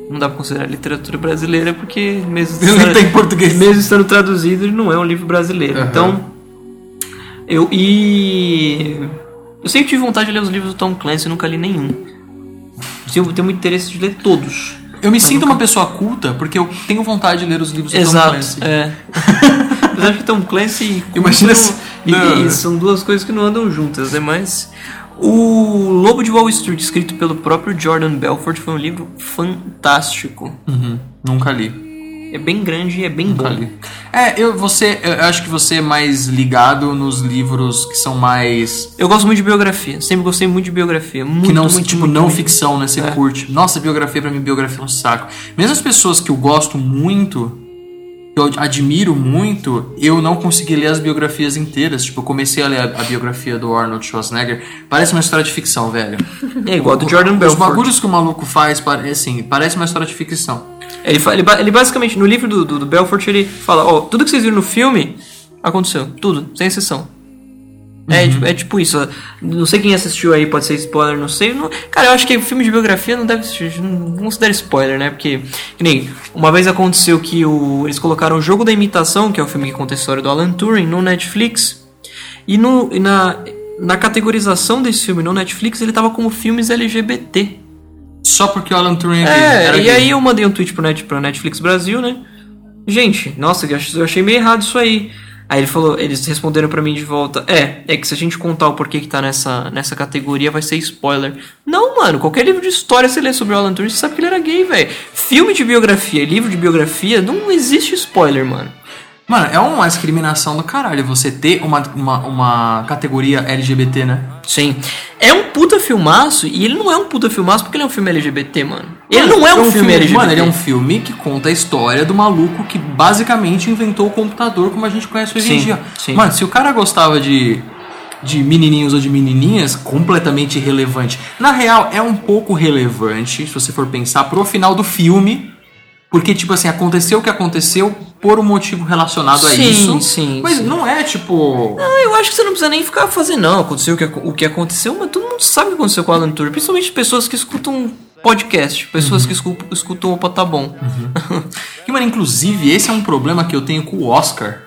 S1: Não dá pra considerar literatura brasileira porque mesmo
S2: Eu li tá em português.
S1: mesmo estando traduzido, ele não é um livro brasileiro.
S2: Aham.
S1: Então, eu e eu sempre tive vontade de ler os livros do Tom Clancy, eu nunca li nenhum. Sim, Eu tenho muito interesse de ler todos.
S2: Eu me sinto uma pessoa culta porque eu tenho vontade de ler os livros do Tom Clancy.
S1: É. Apesar de que Tom Clancy e culto
S2: Imagina
S1: não-
S2: se-
S1: e-
S2: não.
S1: e são duas coisas que não andam juntas, né? Mas o Lobo de Wall Street, escrito pelo próprio Jordan Belfort, foi um livro fantástico.
S2: Uhum, nunca li.
S1: É bem grande e é bem bom.
S2: Ali. É, eu, você, eu acho que você é mais ligado nos livros que são mais.
S1: Eu gosto muito de biografia. Sempre gostei muito de biografia. Muito,
S2: que não,
S1: muito,
S2: tipo,
S1: muito,
S2: não
S1: muito. É.
S2: ficção, né? Você curte. Nossa, biografia pra mim, biografia é um saco. Mesmo as pessoas que eu gosto muito, que eu admiro muito, eu não consegui ler as biografias inteiras. Tipo, eu comecei a ler a, a biografia do Arnold Schwarzenegger. Parece uma história de ficção, velho.
S1: É igual do Jordan
S2: Os
S1: Belfort.
S2: bagulhos que o maluco faz, pare- assim, parece uma história de ficção.
S1: Ele, fa- ele, ba- ele basicamente, no livro do, do, do Belfort, ele fala, ó, tudo que vocês viram no filme aconteceu. Tudo, sem exceção. É, tipo- é tipo isso. ó. Não sei quem assistiu aí, pode ser spoiler, não sei. Não- cara, eu acho que filme de biografia não deve assistir. Não não considera spoiler, né? Porque, que nem, uma vez aconteceu que o, eles colocaram o Jogo da Imitação, que é o filme que conta a história do Alan Turing, no Netflix. E, no, e na, na categorização desse filme no Netflix, ele tava como filmes LGBT.
S2: Só porque o Alan Turing gay,
S1: É,
S2: era
S1: e
S2: gay. né?
S1: aí eu mandei um tweet pro, Net, pro Netflix Brasil, né? Gente, nossa, eu ach- eu achei meio errado isso aí. Aí ele falou, eles responderam pra mim de volta. É, é que se a gente contar o porquê que tá nessa, nessa categoria, vai ser spoiler. Não, mano, qualquer livro de história você lê sobre o Alan Turing, você sabe que ele era gay, velho. Filme de biografia, e livro de biografia, não existe spoiler, mano.
S2: Mano, é uma discriminação do caralho você ter uma, uma, uma categoria LGBT, né?
S1: Sim. É um puta filmaço, e ele não é um puta filmaço porque ele é um filme LGBT, mano. Ele não é um, filme, LGBT.
S2: Mano, ele é um filme que conta a história do maluco que basicamente inventou o computador como a gente conhece hoje em
S1: Sim,
S2: dia.
S1: sim.
S2: Mano, se o cara gostava de, de menininhos ou de menininhas, completamente irrelevante. Na real, é um pouco relevante, se você for pensar, pro final do filme. Porque, tipo assim, aconteceu o que aconteceu por um motivo relacionado a
S1: Sim,
S2: isso.
S1: sim,
S2: Mas
S1: sim.
S2: não é, tipo...
S1: Ah, Eu acho que você não precisa nem ficar fazendo, não. Aconteceu o que, ac- o que aconteceu, mas todo mundo sabe o que aconteceu com a Alan Turing. Principalmente pessoas que escutam podcast, pessoas que escu- escutam Opa Tá Bom.
S2: E, mano, inclusive, esse é um problema que eu tenho com o Oscar.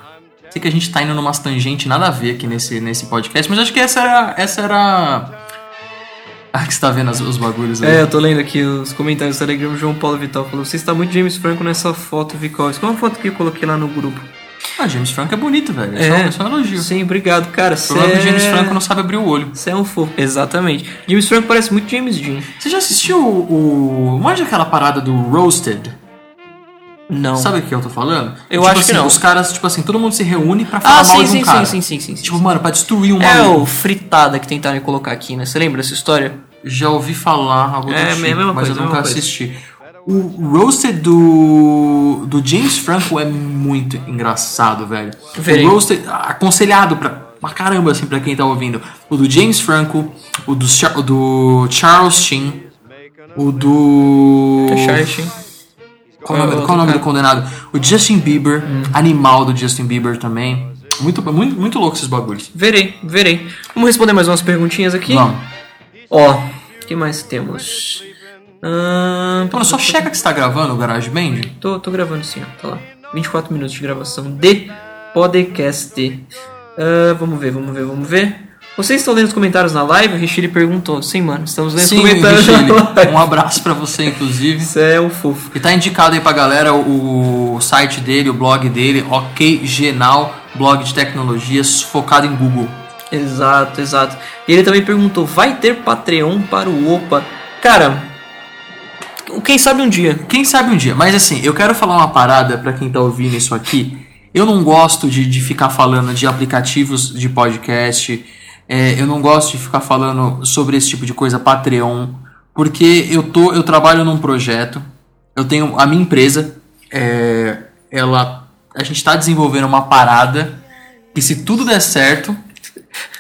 S2: Sei que a gente tá indo numas tangentes nada a ver aqui nesse, nesse podcast, mas acho que essa era. Essa era. Ah, que você tá vendo as- os bagulhos aí.
S1: É, eu tô lendo aqui os comentários do Telegram. João Paulo Vital falou: Você está muito James Franco nessa foto, Vikovski. Qual é a foto que eu coloquei lá no grupo?
S2: Ah, James Franco é bonito, velho. É,
S1: É.
S2: só, é só um elogio.
S1: Sim, obrigado, cara.
S2: O
S1: Cê
S2: problema é que o James
S1: é-
S2: Franco não sabe abrir o olho.
S1: Cê é um fofo. Exatamente. James Franco parece muito James Dean.
S2: Você já assistiu o. o... Manja aquela parada do Roasted?
S1: Não.
S2: Sabe o que eu tô falando?
S1: Eu
S2: tipo
S1: acho que
S2: assim,
S1: não.
S2: Os caras, tipo assim, todo mundo se reúne pra falar
S1: ah,
S2: mal
S1: sim,
S2: de um
S1: sim,
S2: cara.
S1: sim, sim, sim, sim.
S2: Tipo, mano, pra destruir um
S1: é
S2: maluco.
S1: o fritada que tentaram colocar aqui, né? Você lembra dessa história?
S2: Já ouvi falar algo do
S1: É,
S2: tipo,
S1: é a mesma
S2: mas
S1: coisa,
S2: eu
S1: a
S2: nunca
S1: mesma coisa.
S2: assisti. O Roasted do, do James Franco é muito engraçado, velho.
S1: Verei.
S2: O Roasted, aconselhado pra, pra caramba, assim, pra quem tá ouvindo. O do James Franco, o do, Cha- o do Charles Sheen, o do...
S1: Fechar, sim.
S2: Qual o nome,
S1: Qual é o
S2: qual o nome
S1: outro
S2: do condenado? O Justin Bieber,
S1: Hum.
S2: animal do Justin Bieber também. Muito, muito, muito louco esses bagulhos.
S1: Verei, verei. Vamos responder mais umas perguntinhas aqui?
S2: Vamos.
S1: Ó, o que mais temos? Ahn,
S2: Então, só checa que você tá gravando o GarageBand.
S1: tô, tô gravando sim, ó, tá lá. 24 minutos de gravação de podcast. Ahn, vamos ver, vamos ver, vamos ver. Vocês estão lendo os comentários na live? O Richie perguntou. Sim, mano, estamos lendo
S2: Sim,
S1: os comentários
S2: Richile,
S1: na live.
S2: um abraço pra você, inclusive.
S1: Isso é um fofo.
S2: E tá indicado aí pra galera o, o site dele, o blog dele, OK Genal, blog de tecnologias focado em Google.
S1: Exato, exato. E ele também perguntou: vai ter Patreon para o Opa? Cara, quem sabe um dia.
S2: Quem sabe um dia, mas assim, eu quero falar uma parada pra quem tá ouvindo isso aqui. Eu não gosto de, de ficar falando de aplicativos de podcast, é, eu não gosto de ficar falando sobre esse tipo de coisa, Patreon, porque eu, tô, eu trabalho num projeto, eu tenho a minha empresa, é, ela, a gente tá desenvolvendo uma parada que se tudo der certo,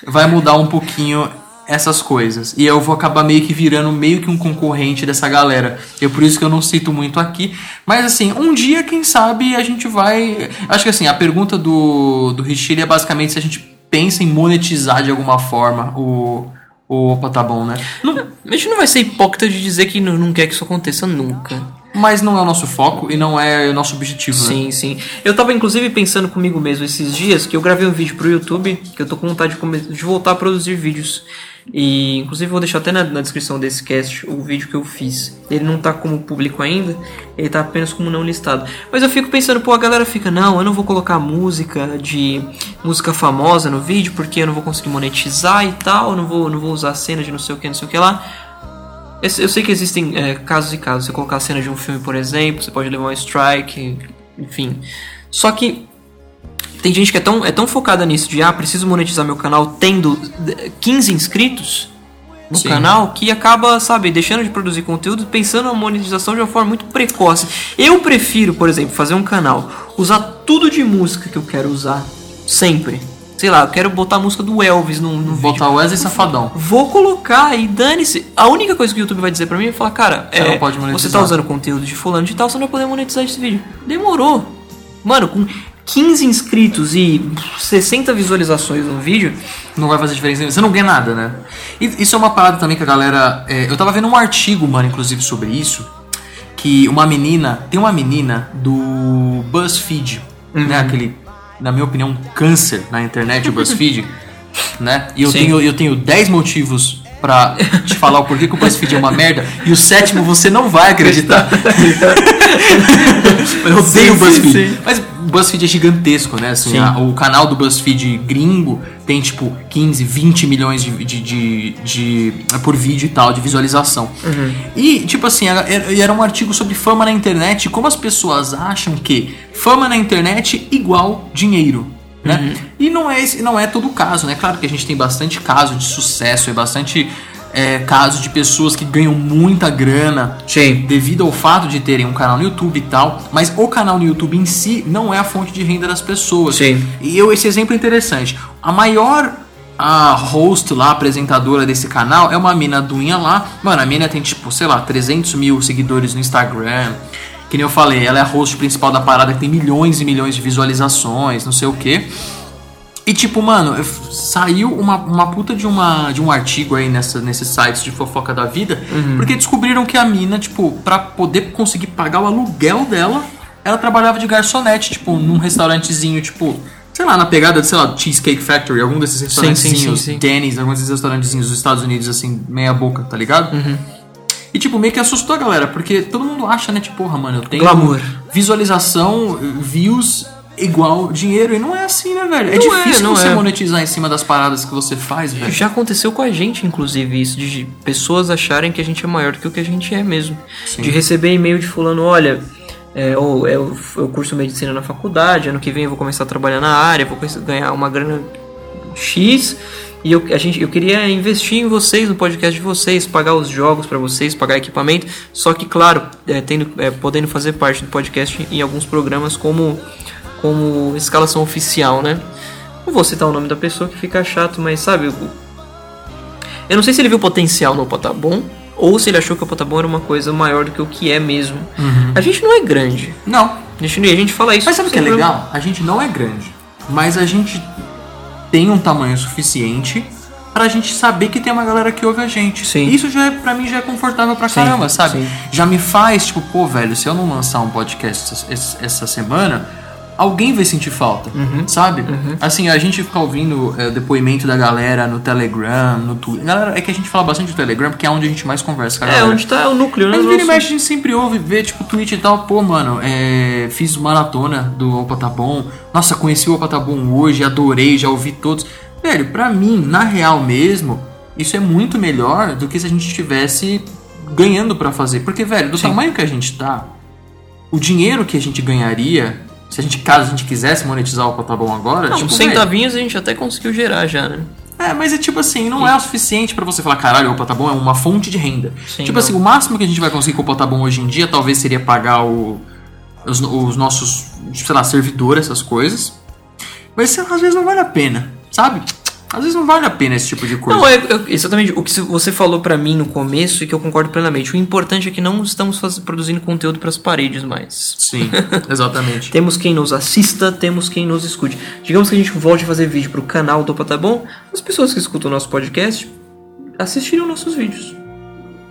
S2: vai mudar um pouquinho essas coisas. E eu vou acabar meio que virando meio que um concorrente dessa galera. Eu por isso que eu não cito muito aqui. Mas assim, um dia, quem sabe, a gente vai. Acho que assim, a pergunta do, do Richie é basicamente se a gente pensa em monetizar de alguma forma o. O Opa tá bom, né?
S1: Não- a gente não vai ser hipócrita de dizer que não, não quer que isso aconteça nunca.
S2: Mas não é o nosso foco e não é o nosso objetivo, né?
S1: Sim, sim. Eu tava inclusive pensando comigo mesmo esses dias que eu gravei um vídeo pro YouTube, que eu tô com vontade de, come- de voltar a produzir vídeos. E inclusive vou deixar até na, na descrição desse cast o vídeo que eu fiz. Ele não tá como público ainda, ele tá apenas como não listado. Mas eu fico pensando, pô, a galera fica, não, eu não vou colocar música de música famosa no vídeo porque eu não vou conseguir monetizar e tal, eu não vou, não vou usar cena de não sei o que, não sei o que lá. Eu, eu sei que existem é, casos e casos. Você colocar a cena de um filme, por exemplo, você pode levar um strike, enfim. Só que tem gente que é tão, é tão focada nisso de ah, preciso monetizar meu canal tendo eh, 15 inscritos no
S2: Sim.
S1: canal que acaba, sabe, deixando de produzir conteúdo pensando na monetização de uma forma muito precoce. Eu prefiro, por exemplo, fazer um canal, usar tudo de música que eu quero usar sempre. Sei lá, eu quero botar a música do Elvis num, num vídeo.
S2: Botar o Wesley Safadão.
S1: Vou colocar e dane-se. A única coisa que o YouTube vai dizer pra mim é falar, cara,
S2: Você
S1: é,
S2: não pode
S1: você
S2: monetizar.
S1: tá usando conteúdo de fulano de tal, você não vai poder monetizar esse vídeo. Demorou. Mano, com 15 inscritos e 60 visualizações no vídeo,
S2: Não vai fazer diferença nenhuma. Você não ganha nada, né? E isso é uma parada também que a galera. é, eu tava vendo um artigo, mano, inclusive, sobre isso. Que uma menina. Tem uma menina do BuzzFeed,
S1: Uhum.
S2: né? Aquele, na minha opinião, um câncer na internet, o BuzzFeed. né? E eu
S1: Sim.
S2: tenho, eu tenho 10 motivos pra te falar o porquê que o BuzzFeed é uma merda. E o sétimo você não vai acreditar. Eu
S1: Sim,
S2: odeio o
S1: sim,
S2: BuzzFeed.
S1: sim.
S2: Mas o BuzzFeed é gigantesco, né? Assim,
S1: Sim.
S2: a- o canal do BuzzFeed gringo tem, tipo, 15, 20 milhões de, de, de- de- né, por vídeo e tal, de visualização. E, tipo assim, era, era um artigo sobre fama na internet, como as pessoas acham que fama na internet igual dinheiro. Né? E não é, esse- não é todo o caso, né? Claro que a gente tem bastante caso de sucesso, é bastante é, caso de pessoas que ganham muita grana
S1: Sim.
S2: devido ao fato de terem um canal no YouTube e tal, mas o canal no YouTube em si não é a fonte de renda das pessoas.
S1: Sim.
S2: E eu, esse exemplo é interessante. A maior a host lá, apresentadora desse canal, é uma mina doinha lá. Mano, a mina tem tipo, sei lá, 300 mil seguidores no Instagram. Que nem eu falei, ela é a host principal da parada que tem milhões e milhões de visualizações, não sei o que. E tipo, mano, eu- saiu uma, uma puta de, uma, de um artigo aí nessa, nesses sites de fofoca da vida,
S1: Uhum.
S2: porque descobriram que a mina, tipo, pra poder conseguir pagar o aluguel dela, ela trabalhava de garçonete, tipo, num restaurantezinho, tipo, sei lá, na pegada de, sei lá, Cheesecake Factory, algum desses restaurantezinhos,
S1: sim, sim.
S2: Denny's, algum desses restaurantezinhos dos Estados Unidos, assim, meia boca, tá ligado?
S1: Uhum.
S2: E, tipo, meio que assustou a galera, porque todo mundo acha, né, tipo, porra, mano, eu tenho
S1: Glamour.
S2: visualização, views igual dinheiro. E não é assim, né, velho? é
S1: Não é,
S2: difícil
S1: não
S2: você
S1: é.
S2: monetizar em cima das paradas que você faz, velho.
S1: já aconteceu com a gente, inclusive, isso, de pessoas acharem que a gente é maior do que o que a gente é mesmo.
S2: Sim.
S1: De receber e-mail de fulano, olha, é, ou, é, eu, eu curso medicina na faculdade, ano que vem eu vou começar a trabalhar na área, vou conhe- ganhar uma grana X. E eu, a gente, eu queria investir em vocês, no podcast de vocês, pagar os jogos pra vocês, pagar equipamento. Só que, claro, é, tendo, é, podendo fazer parte do podcast em alguns programas como, como escalação oficial, né? Não vou citar o nome da pessoa que fica chato, mas sabe, o- eu não sei se ele viu potencial no Potabon ou se ele achou que o Potabon era uma coisa maior do que o que é mesmo. A gente não é grande.
S2: Não.
S1: A gente, a gente fala isso.
S2: Uhum. Mas sabe o que é
S1: sem problema.
S2: legal? A gente não é grande, mas a gente tem um tamanho suficiente pra gente saber que tem uma galera que ouve a gente.
S1: Sim.
S2: Isso já é, pra mim já é confortável pra
S1: Sim,
S2: caramba, sabe?
S1: sim.
S2: Já me faz, tipo, pô, velho, se eu não lançar um podcast essa, essa semana, alguém vai sentir falta,
S1: Uhum.
S2: sabe? Assim, a gente fica ouvindo é, depoimento da galera no Telegram, no Twitter. Galera, é que a gente fala bastante do Telegram porque é onde a gente mais conversa com a
S1: É,
S2: galera.
S1: onde tá o núcleo, né?
S2: Mas
S1: do
S2: vira e
S1: assunto.
S2: mexe, a gente sempre ouve, vê, tipo, tweet e tal. Pô, mano, é, fiz maratona do Opa Tá Bom. Nossa, conheci o Opa Tá Bom hoje, adorei, já ouvi todos. Velho, pra mim, na real mesmo, isso é muito melhor do que se a gente estivesse ganhando pra fazer. Porque, velho, do tamanho que a gente tá, o dinheiro que a gente ganharia, se a gente, caso a gente quisesse monetizar o Opa Tá Bom agora...
S1: Não,
S2: tipo, velho,
S1: centavinhos a gente até conseguiu gerar já, né?
S2: é, mas é tipo assim, não é o suficiente pra você falar, caralho, o Potabon é uma fonte de renda.
S1: Sim,
S2: tipo
S1: não.
S2: assim, o máximo que a gente vai conseguir com o Potabon hoje em dia talvez seria pagar o- os, os nossos, tipo, sei lá, servidor, essas coisas. Mas sei lá, às vezes não vale a pena, sabe? Às vezes não vale a pena esse tipo de coisa.
S1: Não, é eu- exatamente o que você falou pra mim no começo e que eu concordo plenamente. O importante é que não estamos faz- produzindo conteúdo pras paredes mais.
S2: Sim, exatamente.
S1: Temos quem nos assista, temos quem nos escute. Digamos que a gente volte a fazer vídeo pro canal do Opa Tá Bom, as pessoas que escutam o nosso podcast assistirão nossos vídeos.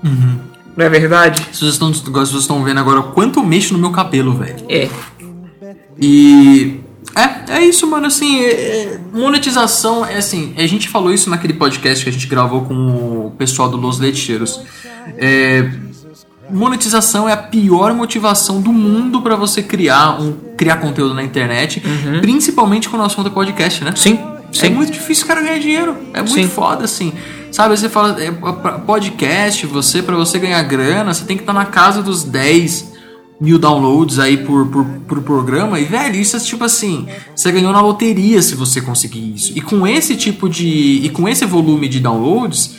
S2: Uhum.
S1: Não é verdade?
S2: Vocês estão, vocês estão vendo agora o quanto eu mexo no meu cabelo, velho.
S1: É.
S2: E é, é isso, mano. Assim, é- é- monetização é assim. A gente falou isso naquele podcast que a gente gravou com o pessoal do Los Lecheiros. É, monetização é a pior motivação do mundo pra você criar um criar conteúdo na internet, principalmente com o nosso conteúdo podcast, né?
S1: Uhum. Sim,
S2: É
S1: sim.
S2: muito difícil o cara ganhar dinheiro. É muito
S1: Sim.
S2: foda, assim. Sabe, você fala, é, pra- pra- podcast, você, pra você ganhar grana, você tem que estar na casa dos 10 mil downloads aí por, por, por programa. E, velho, isso é tipo assim, você ganhou na loteria se você conseguir isso. E com esse tipo de. E com esse volume de downloads.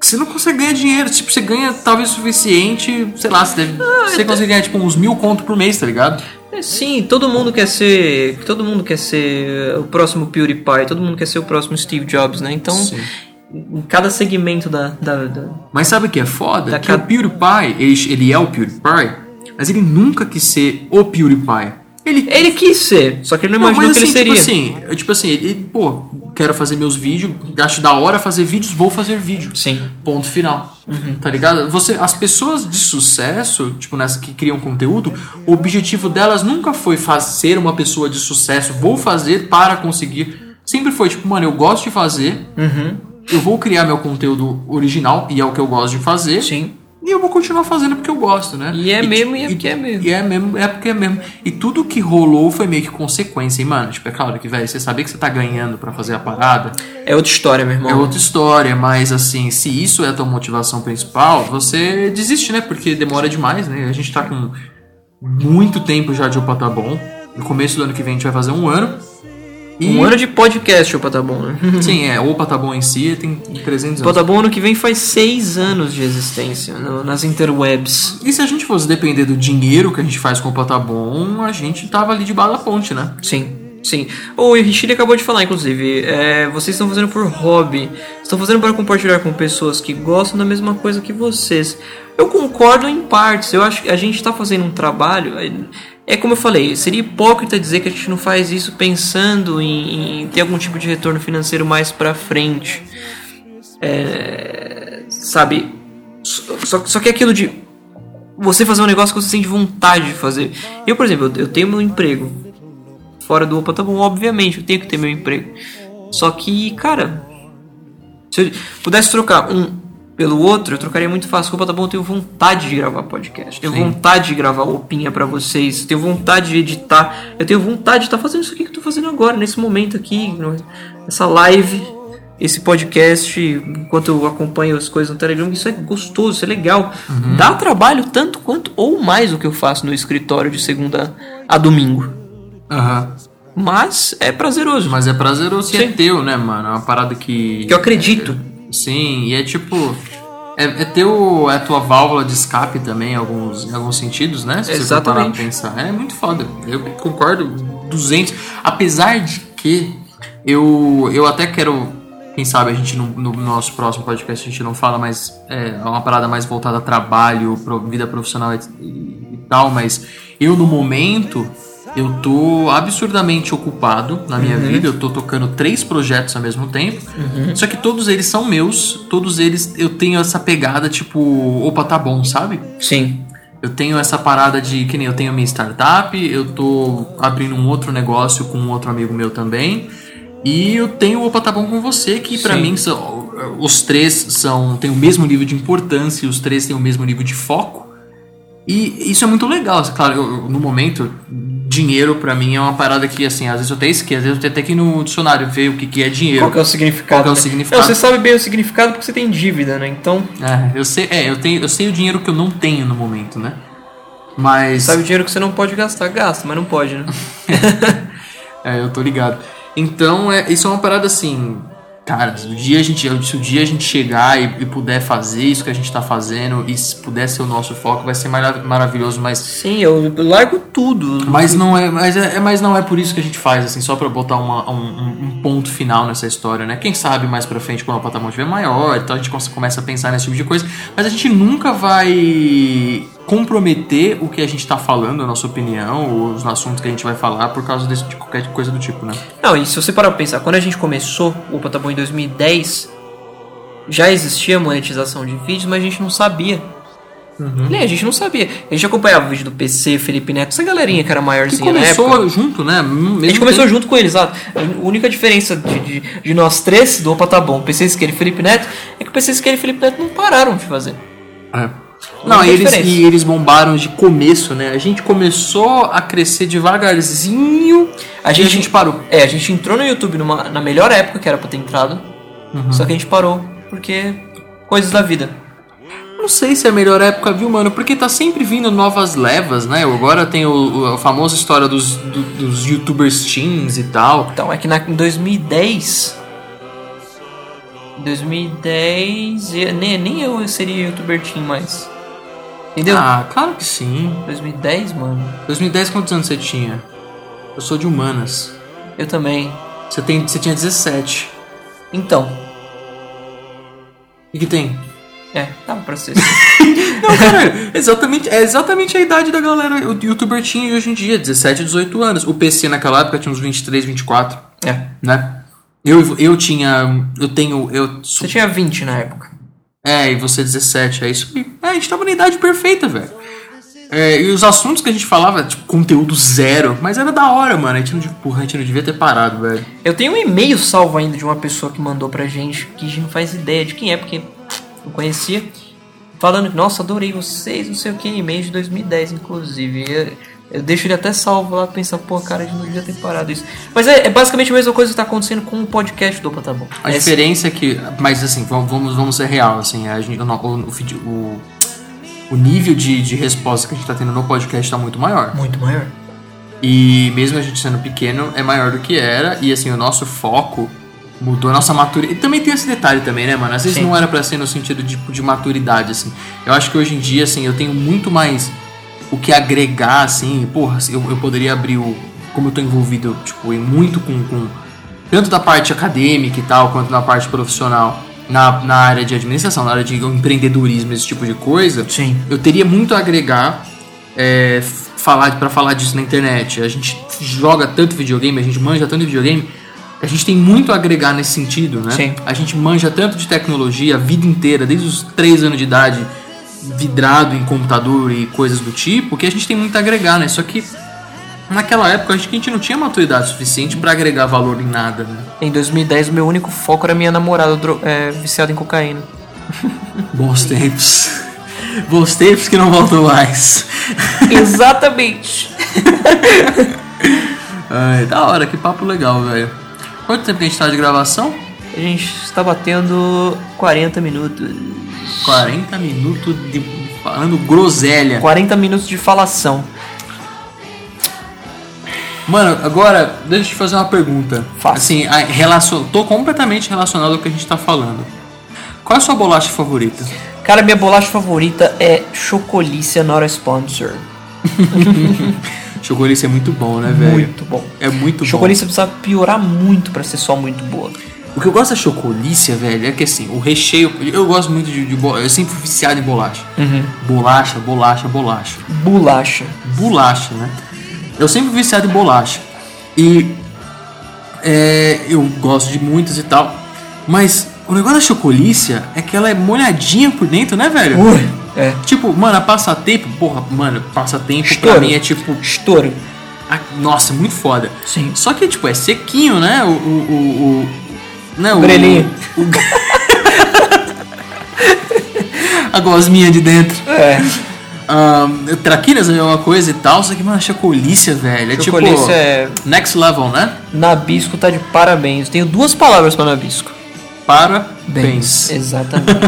S2: Você não consegue ganhar dinheiro, tipo, você ganha talvez o suficiente, sei lá, você,
S1: Ah,
S2: deve, você consegue ganhar tipo uns mil conto por mês, tá ligado?
S1: É, Sim, todo mundo quer ser. Todo mundo quer ser o próximo PewDiePie, todo mundo quer ser o próximo Steve Jobs, né? Então,
S2: Sim.
S1: em cada segmento da. da, da-
S2: Mas sabe o que é foda?
S1: Da
S2: que
S1: ca-
S2: o PewDiePie, ele, ele é o PewDiePie, mas ele nunca quis ser o PewDiePie. Ele
S1: Ele quis ser, só que ele não
S2: Não,
S1: imaginou
S2: mas
S1: que ele
S2: assim,
S1: seria.
S2: tipo assim, eu- tipo assim, ele, pô, quero fazer meus vídeos, acho da hora fazer vídeos, vou fazer vídeo.
S1: Sim.
S2: Ponto final.
S1: Uhum.
S2: Tá ligado? Você, as pessoas de sucesso, tipo, nessas que criam conteúdo, o objetivo delas nunca foi fazer uma pessoa de sucesso, vou fazer para conseguir. Sempre foi, tipo, mano, eu gosto de fazer,
S1: Uhum.
S2: eu vou criar meu conteúdo original, e é o que eu gosto de fazer.
S1: Sim.
S2: E eu vou continuar fazendo porque eu gosto, né?
S1: E é
S2: ti-
S1: mesmo, e é
S2: e-
S1: porque é mesmo.
S2: E é mesmo, é porque é mesmo. E tudo que rolou foi meio que consequência, hein, mano? Tipo, é claro que, velho, você sabia que você tá ganhando pra fazer a parada.
S1: É outra história, meu irmão.
S2: É outra história, mas assim, se isso é a tua motivação principal, você desiste, né? Porque demora demais, né? A gente tá com muito tempo já de Opa Tá Bom. No começo do ano que vem a gente vai fazer um ano. E,
S1: Um ano de podcast, opa, tá bom, né?
S2: Sim, é. Opa Tá Bom em si tem 300 anos.
S1: Pô, tá bom, ano que vem faz seis anos de existência no- nas interwebs.
S2: E se a gente fosse depender do dinheiro que a gente faz com o Patabon, a gente tava ali de bala ponte, né?
S1: Sim, sim. O Richie acabou de falar, inclusive, é, vocês estão fazendo por hobby, estão fazendo para compartilhar com pessoas que gostam da mesma coisa que vocês. Eu concordo em partes, eu acho que a gente tá fazendo um trabalho. é- É como eu falei, seria hipócrita dizer que a gente não faz isso pensando em, em ter algum tipo de retorno financeiro mais pra frente. É, sabe? Só- Só, só que é aquilo de você fazer um negócio que você sente vontade de fazer. Eu, por exemplo, eu, eu tenho meu emprego. Fora do Opa, tá bom, obviamente, eu tenho que ter meu emprego. Só que, cara, se eu pudesse trocar um pelo outro, eu trocaria muito fácil. Opa, tá bom, eu tenho vontade de gravar podcast. Tenho
S2: Sim.
S1: vontade de gravar opinha pra vocês. Tenho vontade de editar. Eu tenho vontade de estar fazendo isso aqui que eu tô fazendo agora, nesse momento aqui, no- essa live esse podcast enquanto eu acompanho as coisas no Telegram, isso é gostoso, isso é legal. Dá trabalho tanto quanto ou mais o que eu faço no escritório de segunda a domingo.
S2: Aham.
S1: Mas é prazeroso.
S2: Mas é prazeroso e é
S1: Sim.
S2: teu, né, mano? É uma parada que.
S1: que é eu acredito.
S2: Sim, e é tipo. É, é teu. É a tua válvula de escape também, em alguns, em alguns sentidos, né? Se você for parar pra
S1: Exatamente.
S2: pensar. É muito foda. Eu concordo 200. Apesar de que eu, eu até quero. Quem sabe a gente no, no nosso próximo podcast a gente não fala mais. É é uma parada mais voltada a trabalho, pro- vida profissional e, e tal, mas eu no momento. Eu tô absurdamente ocupado na minha vida, eu tô tocando três projetos ao mesmo tempo.
S1: Uhum.
S2: Só que todos eles são meus, todos eles eu tenho essa pegada tipo, opa, tá bom, sabe?
S1: Sim.
S2: Eu Eu tenho essa parada de que nem eu tenho a minha startup, eu tô abrindo um outro negócio com um outro amigo meu também. E eu tenho o Opa Tá Bom Com Você, que pra
S1: Sim.
S2: mim são- os três são têm o mesmo nível de importância, os três têm o mesmo nível de foco. E isso é muito legal. Claro, eu- eu- no momento, dinheiro pra mim é uma parada que, assim, às vezes eu até esqueço, às vezes eu tenho até que ir no dicionário ver o que, que é dinheiro.
S1: Qual que é o significado?
S2: Qual que é o
S1: né?
S2: significado?
S1: Não, você sabe bem o significado porque você tem dívida, né? Então,
S2: É, eu sei, é, eu, tenho, eu sei o dinheiro que eu não tenho no momento, né? Mas.
S1: sabe o dinheiro que você não pode gastar, gasta, mas não pode, né?
S2: É, eu tô ligado. Então, é, isso é uma parada assim. Cara, se o dia a gente, se o dia a gente chegar e, e puder fazer isso que a gente tá fazendo, e se puder ser o nosso foco, vai ser mara- maravilhoso, mas.
S1: Sim, eu largo tudo.
S2: Mas não é, mas é, é- mas não é por isso que a gente faz, assim, só pra botar uma- um, um- um ponto final nessa história, né? Quem sabe mais pra frente, quando o patamar estiver maior, então a gente come- começa a pensar nesse tipo de coisa, mas a gente nunca vai comprometer o que a gente tá falando, a nossa opinião, ou os assuntos que a gente vai falar por causa desse, de qualquer coisa do tipo, né?
S1: Não, e se você parar pra pensar, quando a gente começou o Patabon em 2010, já existia monetização de vídeos, mas a gente não sabia. Nem a gente não sabia. A gente acompanhava o vídeo do PC, Felipe Neto, essa galerinha que era
S2: Que
S1: maiorzinha na época.
S2: começou junto, né? Mesmo
S1: A gente começou junto com eles, exato. A única diferença de, de- de nós três do Opa Tá Bom, PC Esquerda e Felipe Neto, é que o PC Esquerda e Felipe Neto não pararam de fazer.
S2: É. Não,
S1: Muita
S2: e eles,
S1: diferença.
S2: e eles bombaram de começo, né? A gente começou a crescer devagarzinho.
S1: A
S2: e
S1: gente-
S2: a gente parou.
S1: É, a gente entrou no YouTube numa- na melhor época que era pra ter entrado,
S2: Uhum.
S1: só que a gente parou, porque coisas da vida.
S2: Não sei se é a melhor época, viu, mano? Porque tá sempre vindo novas levas, né? Agora tem o, o- a famosa história dos, do- dos youtubers teens e tal.
S1: Então, é que na, em 2010. 2010. e- Nem, nem eu seria youtuber teen mais. Entendeu?
S2: Ah, claro que sim.
S1: 2010, mano.
S2: 2010, quantos anos você tinha? Eu sou de humanas.
S1: Eu também.
S2: Você, tem, você tinha 17.
S1: Então,
S2: E que tem?
S1: é, tava pra ser.
S2: Não, cara, exatamente, é exatamente a idade da galera. O youtuber tinha hoje em dia, 17, 18 anos. O PC naquela época tinha uns 23, 24,
S1: é.
S2: né? Eu, eu tinha. Eu tenho. Eu
S1: Você
S2: sou-
S1: tinha 20 na época.
S2: É, e você 17, é isso aí. É, a gente tava na idade perfeita, velho. É, e os assuntos que a gente falava, tipo, conteúdo zero, mas era da hora, mano. A gente não, de- porra, a gente não devia ter parado, velho.
S1: Eu tenho um e-mail salvo ainda de uma pessoa que mandou pra gente, que a gente não faz ideia de quem é, porque não conhecia. Falando que, nossa, adorei vocês, não sei o que, e-mail de 2010, inclusive. Eu, eu deixo ele até salvo lá, pensando, pô, cara, a gente não devia ter parado isso. Mas é, é basicamente a mesma coisa que tá acontecendo com o podcast do Opa, tá bom.
S2: A diferença é que. Mas assim, va- vamos, vamos ser real, assim, a gente, o, no- o, feed- o, o nível de, de resposta que a gente tá tendo no podcast tá muito maior.
S1: é muito maior.
S2: E mesmo a gente sendo pequeno, é maior do que era. E assim, o nosso foco mudou, a nossa maturidade. E também tem esse detalhe também, né, mano? Às vezes
S1: Sim.
S2: não era pra ser no sentido de, de maturidade, assim. Eu acho que hoje em dia, assim, eu tenho muito mais o que agregar, assim. Porra, assim, eu, eu poderia abrir o. Como eu tô envolvido, tipo, em muito com. com tanto da parte acadêmica e tal, quanto na parte profissional, na, na área de administração, na área de empreendedorismo, esse tipo de coisa.
S1: Sim.
S2: Eu teria muito a agregar é, f- falar para falar disso na internet. A gente joga tanto videogame, a gente manja tanto de videogame. A gente tem muito a agregar nesse sentido, né?
S1: Sim.
S2: A gente manja tanto de tecnologia a vida inteira, desde os 3 anos de idade, vidrado em computador e coisas do tipo, que a gente tem muito a agregar, né? Só que naquela época acho que a gente não tinha maturidade suficiente para agregar valor em nada, né?
S1: Em 2010, o meu único foco era minha namorada dro- é, viciada em cocaína.
S2: Bons tempos. Bons tempos que não voltam mais.
S1: Exatamente.
S2: Ai, da hora, que papo legal, velho. Quanto tempo que a gente tá de gravação?
S1: A gente está batendo 40 minutos.
S2: 40 minutos de falando groselha.
S1: 40 minutos de falação.
S2: Mano, agora deixa eu te fazer uma pergunta.
S1: Faça.
S2: Assim, a relacion... tô completamente relacionado ao que a gente tá falando. Qual é a sua bolacha favorita?
S1: Cara, minha bolacha favorita é Chocolícia Not a Sponsor.
S2: Chocolate é muito bom, né, velho?
S1: Muito bom.
S2: É muito
S1: Chocolícia precisa piorar muito pra ser só muito boa.
S2: bom. O que eu gosto da chocolícia, velho, é que assim, o recheio. Eu gosto muito de, de bolacha. Eu sempre fui viciado em bolacha. Bolacha, bolacha, bolacha.
S1: Bolacha.
S2: bolacha, né? Eu sempre fui viciado em bolacha. E é, eu gosto de muitas e tal. Mas o negócio da chocolícia é que ela é molhadinha por dentro, né, velho?
S1: Ui. É.
S2: Tipo, mano, a passatempo, porra, mano, passatempo pra
S1: Estouro.
S2: mim é tipo.
S1: Estouro.
S2: a- nossa, muito foda.
S1: Sim.
S2: Só que, tipo, é sequinho, né? O. o, o, o né, o-
S1: Orelhinha.
S2: o- a gosminha de dentro.
S1: É.
S2: Ahn, traquinas é a mesma coisa e tal, só que, mano, chacolícia, velho. É tipo.
S1: Chocolícia é-
S2: Next level, né?
S1: Nabisco tá de parabéns. Tenho duas palavras pra Nabisco.
S2: Parabéns.
S1: Exatamente.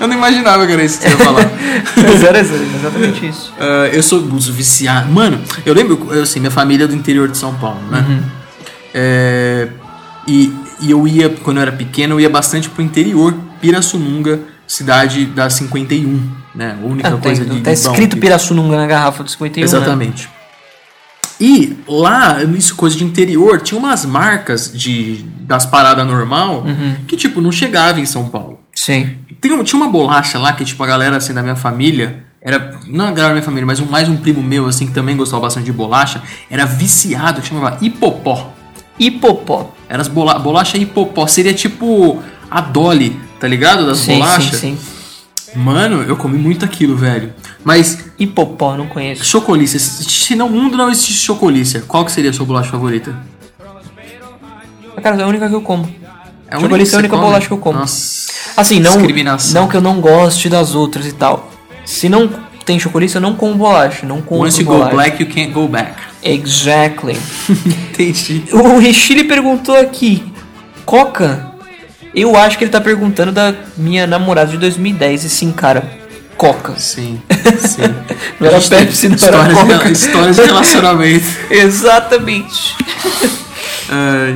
S2: Eu não imaginava que era isso que você ia falar.
S1: Mas era exatamente isso.
S2: Ah, eu sou buzo viciado. Mano, eu lembro, eu, assim, minha família é do interior de São Paulo, né?
S1: Uhum.
S2: É, e, e eu ia, quando eu era pequeno, eu ia bastante pro interior, Pirassununga, cidade da 51, né? A única
S1: Ah, tem,
S2: coisa de.
S1: tá
S2: de
S1: escrito
S2: bom que-
S1: Pirassununga na garrafa do 51. né?
S2: Exatamente. E lá, isso coisa de interior, tinha umas marcas de das paradas normal
S1: Uhum.
S2: que, tipo, não chegava em São Paulo.
S1: Sim.
S2: Tem um- tinha uma bolacha lá que, tipo, a galera assim da minha família. Era. Não a galera da minha família, mas um, mais um primo meu, assim, que também gostava bastante de bolacha. Era viciado, que chamava hipopó.
S1: Hipopó.
S2: Era as bola, bolacha hipopó. Seria tipo a Dolly, tá ligado? Das
S1: Sim,
S2: bolachas.
S1: sim, sim.
S2: Mano, eu comi muito aquilo, velho. Mas
S1: Hipopó, não conheço.
S2: Chocolícia, se no mundo não existe chocolícia, qual que seria a sua bolacha favorita?
S1: Cara, é a única que eu como.
S2: É a
S1: Chocolícia
S2: única
S1: é a única
S2: você
S1: bolacha que eu como.
S2: Nossa.
S1: Assim, não,
S2: Discriminação.
S1: não que eu não goste das outras e tal. Se não tem chocolícia, eu não como bolacha. Não como
S2: Once you go
S1: bolacha.
S2: black, you can't go back.
S1: Exactly.
S2: Entendi.
S1: O Richile perguntou aqui: Coca? Eu acho que ele tá perguntando da minha namorada de 2010. E sim, cara, Coca.
S2: Sim, sim.
S1: Não era
S2: A gente tem
S1: Pepsi, não era
S2: histórias de-
S1: Coca.
S2: Histórias de relacionamento.
S1: Exatamente.
S2: É,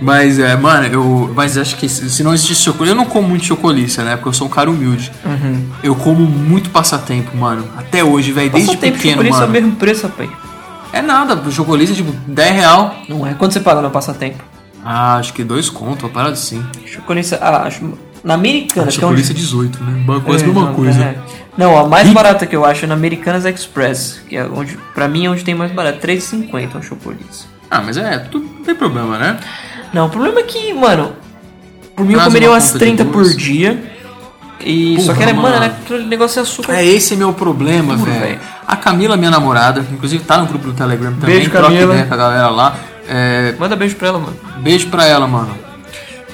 S2: mas é, mano, eu. Mas acho que se se não existe chocolícia. Eu não como muito chocolícia, né? Porque eu sou um cara humilde.
S1: Uhum.
S2: Eu como muito passatempo, mano. Até hoje, velho. Desde
S1: Passa tempo de
S2: pequeno,
S1: chocolate é o
S2: mano.
S1: mesmo preço, rapaz.
S2: É nada, chocolícia, tipo, 10 real.
S1: Não é? Quando você paga no passatempo?
S2: Ah, acho que dois conto, uma parada assim.
S1: Chocolate. Ah, acho- na americana,
S2: Acho
S1: que é onde.
S2: polícia 18, né? Banco quase a
S1: É,
S2: mesma
S1: não,
S2: coisa.
S1: é. Não, a mais barata que eu acho é na Americanas Express, que é onde, pra mim, é onde tem mais barato. 3,50 um chocolate.
S2: Ah, mas é, tudo não tem problema, né?
S1: Não, o problema é que, mano, por mim eu
S2: Traz
S1: comeria
S2: uma
S1: umas
S2: conta de
S1: 30 por
S2: duas.
S1: dia. E
S2: Porra,
S1: só que era, mano,
S2: mano.
S1: era né? aquele negócio de açúcar.
S2: É esse meu problema,
S1: Puro,
S2: velho.
S1: velho.
S2: A Camila, minha namorada, que inclusive tá no grupo do Telegram também,
S1: Beijo,
S2: troca
S1: Camila.
S2: ideia com a galera lá. É,
S1: Manda beijo pra ela, mano.
S2: beijo pra ela, mano.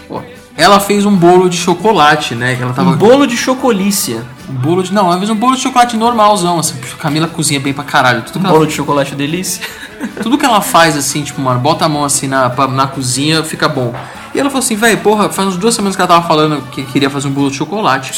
S2: Pô, ela fez um bolo de chocolate, né? que Ela tava.
S1: Um bolo de chocolícia.
S2: um bolo de. Não, ela fez um bolo de chocolate normalzão, assim. porque a Camila cozinha bem pra caralho. Tudo que, ela,
S1: Bolo de chocolate delícia.
S2: tudo que ela faz, assim, tipo, mano, bota a mão assim na, pra- na cozinha, fica bom. E ela falou assim, velho, porra, faz umas duas semanas que ela tava falando que queria fazer um bolo de chocolate.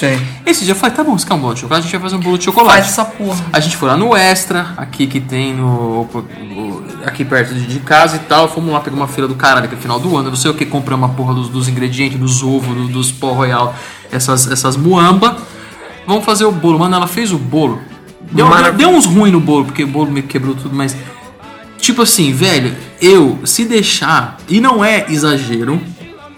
S2: Esse dia eu falei, tá bom, você quer um bolo de chocolate? A gente vai fazer um bolo de chocolate.
S1: Faz essa porra.
S2: A gente foi lá no Extra, aqui que tem no. o- aqui perto de de casa e tal. Fomos lá, pegar uma feira do caralho, que é final do ano, não sei o que, compramos uma porra dos, dos ingredientes, dos ovos, do- dos pó royal, essas, essas muamba. Vamos fazer o bolo. Mano, ela fez o bolo. Deu,
S1: Mara-
S2: deu uns ruins no bolo, porque o bolo meio que quebrou tudo, mas. Tipo assim, velho, eu, se deixar, e não é exagero,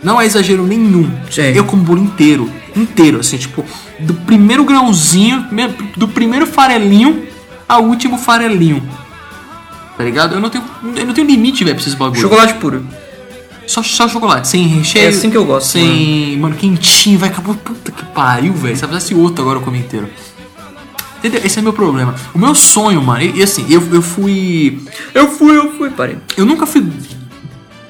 S2: não é exagero nenhum.
S1: Sim.
S2: Eu como bolo inteiro, inteiro, assim, tipo, do primeiro grãozinho, me- do primeiro farelinho ao último farelinho. Tá ligado? Eu não tenho, eu não tenho limite, velho, pra esses bagulho.
S1: Chocolate puro.
S2: Só, só chocolate, sem recheio.
S1: É assim que eu gosto,
S2: Sem. Mano, quentinho, vai acabou. Puta que pariu, velho. Se eu fizesse outro agora eu comi inteiro. Entendeu? Esse é meu problema. O meu sonho, mano, e, e assim, eu, eu fui.
S1: Eu fui, eu fui, parei.
S2: Eu nunca fui.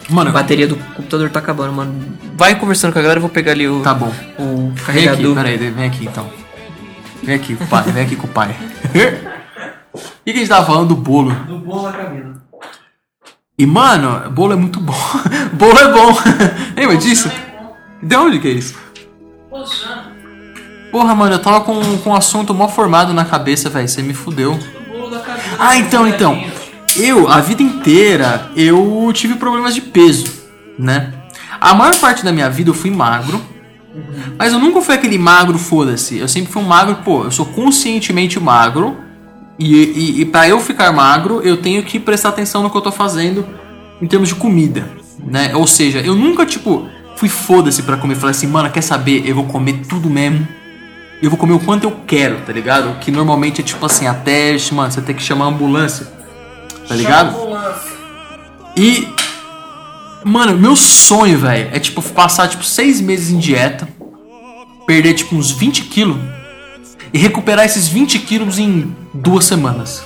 S1: A
S2: Mano,
S1: bateria do computador tá acabando, mano. Vai conversando com a galera, eu vou pegar ali o,
S2: tá bom.
S1: o
S2: Vem aqui,
S1: carregador.
S2: peraí, vem aqui então. Vem aqui, pai, vem aqui com o pai. E que a gente tava falando do bolo?
S1: do bolo da Camila.
S2: E mano, bolo é muito bom. bolo é bom. Lembra disso? De onde que é isso? Porra, mano, eu tava com, com um assunto mó formado na cabeça, velho. Você me fudeu. Ah, então, então. Eu, a vida inteira, eu tive problemas de peso, né? A maior parte da minha vida eu fui magro. Mas eu nunca fui aquele magro, foda-se. Eu sempre fui um magro, pô, eu sou conscientemente magro. E, e, e pra eu ficar magro, eu tenho que prestar atenção no que eu tô fazendo em termos de comida, né? Ou seja, eu nunca, tipo, fui foda-se pra comer. Falei assim, mano, quer saber? Eu vou comer tudo mesmo. Eu vou comer o quanto eu quero, tá ligado? Que normalmente é tipo assim, até, mano, você tem que chamar a ambulância. Tá ligado? E. Mano, meu sonho, velho, é tipo passar tipo seis meses em dieta, perder tipo uns 20 quilos e recuperar esses 20 quilos em duas semanas.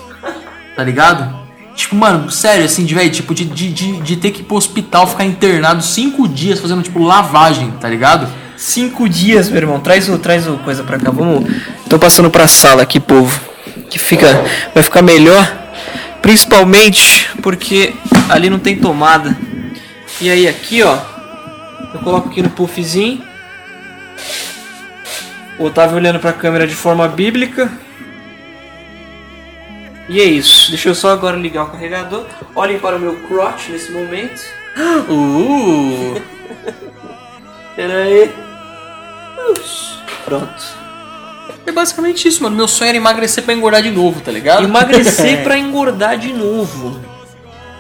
S2: Tá ligado? Tipo, mano, sério, assim, de velho, tipo, de, de, de, de ter que ir pro hospital, ficar internado cinco dias fazendo, tipo, lavagem, tá ligado?
S1: Cinco dias, meu irmão. Traz o, traz o coisa pra cá. Vamos. Tô passando pra sala aqui, povo. Que fica. Vai ficar melhor. Principalmente porque ali não tem tomada. E aí aqui, ó. Eu coloco aqui no puffzinho. O Otávio olhando pra câmera de forma bíblica. E é isso. Deixa eu só agora ligar o carregador. Olhem para o meu crotch nesse momento.
S2: Uh!
S1: Pera aí. Ups. Pronto.
S2: É basicamente isso, mano. Meu sonho era emagrecer pra engordar de novo, tá ligado?
S1: Emagrecer pra engordar de novo.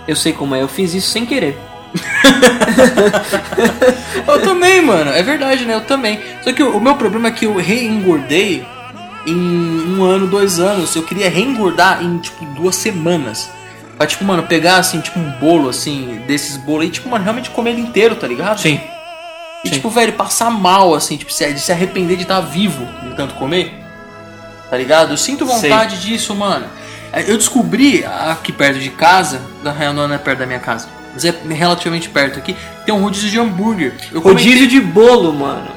S1: Eu sei como é, eu fiz isso sem querer.
S2: Eu também, mano. É verdade, né? Eu também. Só que o, o meu problema é que eu reengordei em um ano, dois anos. Eu queria reengordar em, tipo, duas semanas. Pra, tipo, mano, pegar, assim, tipo, um bolo, assim, desses bolos e, tipo, mano, realmente comer ele inteiro, tá ligado?
S1: Sim.
S2: E,
S1: sim.
S2: tipo, velho, passar mal, assim, tipo, se- de se arrepender de estar vivo de tanto comer. Tá ligado? Eu sinto vontade disso, mano. É, Eu descobri aqui perto de casa, na real não é perto da minha casa, mas é relativamente perto aqui, tem um rodízio de hambúrguer. Eu
S1: Rodízio de bolo, mano.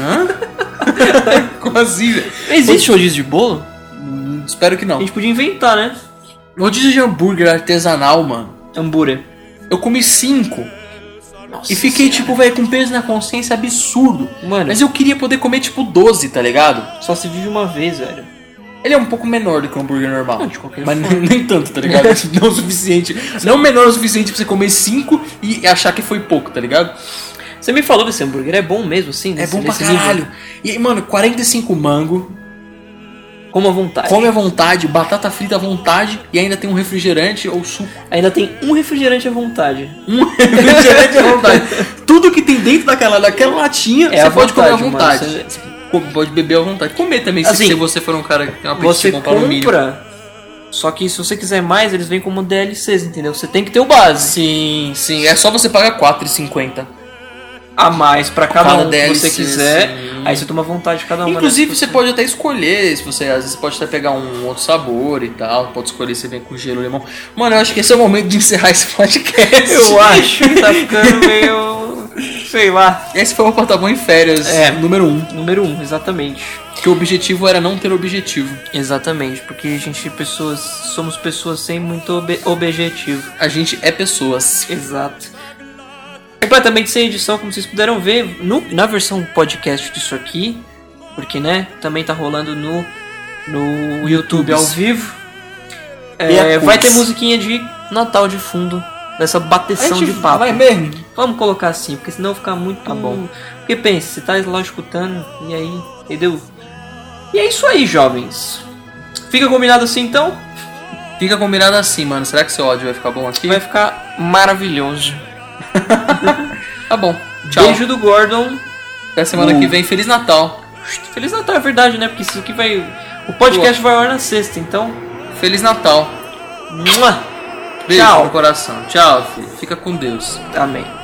S2: comentei- Como assim, velho?
S1: Existe rodízio de bolo?
S2: Hum, Espero que
S1: A
S2: não.
S1: gente podia inventar, né?
S2: Rodízio de hambúrguer artesanal, mano.
S1: Hambúrguer.
S2: Eu comi cinco
S1: Nossa.
S2: e fiquei, tipo, velho, com peso na consciência absurdo.
S1: tipo, Mano,
S2: Mas eu queria poder comer, tipo, 12, tá ligado?
S1: só se vive uma vez, velho.
S2: Ele é um pouco menor do que o hambúrguer normal.
S1: Não, de qualquer
S2: mas
S1: forma.
S2: nem, nem tanto, tá ligado? não o suficiente. Não menor o suficiente pra você comer 5 e achar que foi pouco, tá ligado?
S1: Você me falou que esse hambúrguer é bom mesmo, assim?
S2: É
S1: nesse-
S2: bom pra
S1: nesse nível?
S2: caralho. E aí, mano, 45 mango,
S1: Como à vontade.
S2: come à vontade, batata frita à vontade e ainda tem um refrigerante ou suco.
S1: Ainda tem um refrigerante à vontade.
S2: Um refrigerante à vontade. Tudo que tem dentro daquela, daquela latinha,
S1: É à
S2: você pode comer à
S1: vontade, mano.
S2: vontade.
S1: Você-
S2: Co- Pode beber à vontade. Comer também, se-
S1: Assim,
S2: se você for um cara que tem uma
S1: Você
S2: apetite bom pra alumínio.
S1: compra. Só que se você quiser mais, eles vêm como DLCs, entendeu? Você tem que ter o base.
S2: Sim, sim. É só você pagar R$4,50.
S1: A mais pra cada,
S2: Cada
S1: um que
S2: DLC,
S1: você quiser.
S2: sim.
S1: Aí você toma vontade de cada uma.
S2: Inclusive,
S1: dessas
S2: você pode até escolher, se você às vezes pode até pegar um outro sabor e tal, pode escolher se vem com gelo ou limão. Mano, eu acho que esse é o momento de encerrar esse podcast.
S1: Eu acho que tá ficando meio. sei lá.
S2: Esse foi o Patamão em Férias,
S1: É.
S2: número 1. Um,
S1: Número um, exatamente.
S2: que o objetivo era não ter objetivo.
S1: Exatamente, porque a gente pessoas. somos pessoas sem muito obe- objetivo.
S2: A gente é pessoas.
S1: Exato. Completamente sem edição, como vocês puderam ver, no- na versão podcast disso aqui, porque né, também tá rolando no, no YouTube ao vivo. É,
S2: Bea
S1: vai ter
S2: Cruz.
S1: musiquinha de Natal de fundo, dessa
S2: A
S1: bateção
S2: gente
S1: de papo.
S2: Vai mesmo?
S1: Vamos colocar assim, porque senão fica muito.
S2: Tá bom.
S1: Porque pensa, você tá lá escutando, e aí, entendeu? E é isso aí, jovens. Fica combinado assim então?
S2: Fica combinado assim, mano. Será que seu áudio vai ficar bom aqui?
S1: Vai ficar maravilhoso.
S2: Tá bom. Tchau.
S1: Beijo do Gordon.
S2: Até semana
S1: Uh.
S2: que vem. Feliz Natal.
S1: Feliz Natal, é verdade, né? Porque isso aqui vai. O podcast vai ao ar na sexta, então.
S2: Feliz Natal.
S1: Mua!
S2: Beijo
S1: Tchau.
S2: no coração. Tchau, filho. Fica com Deus.
S1: Amém.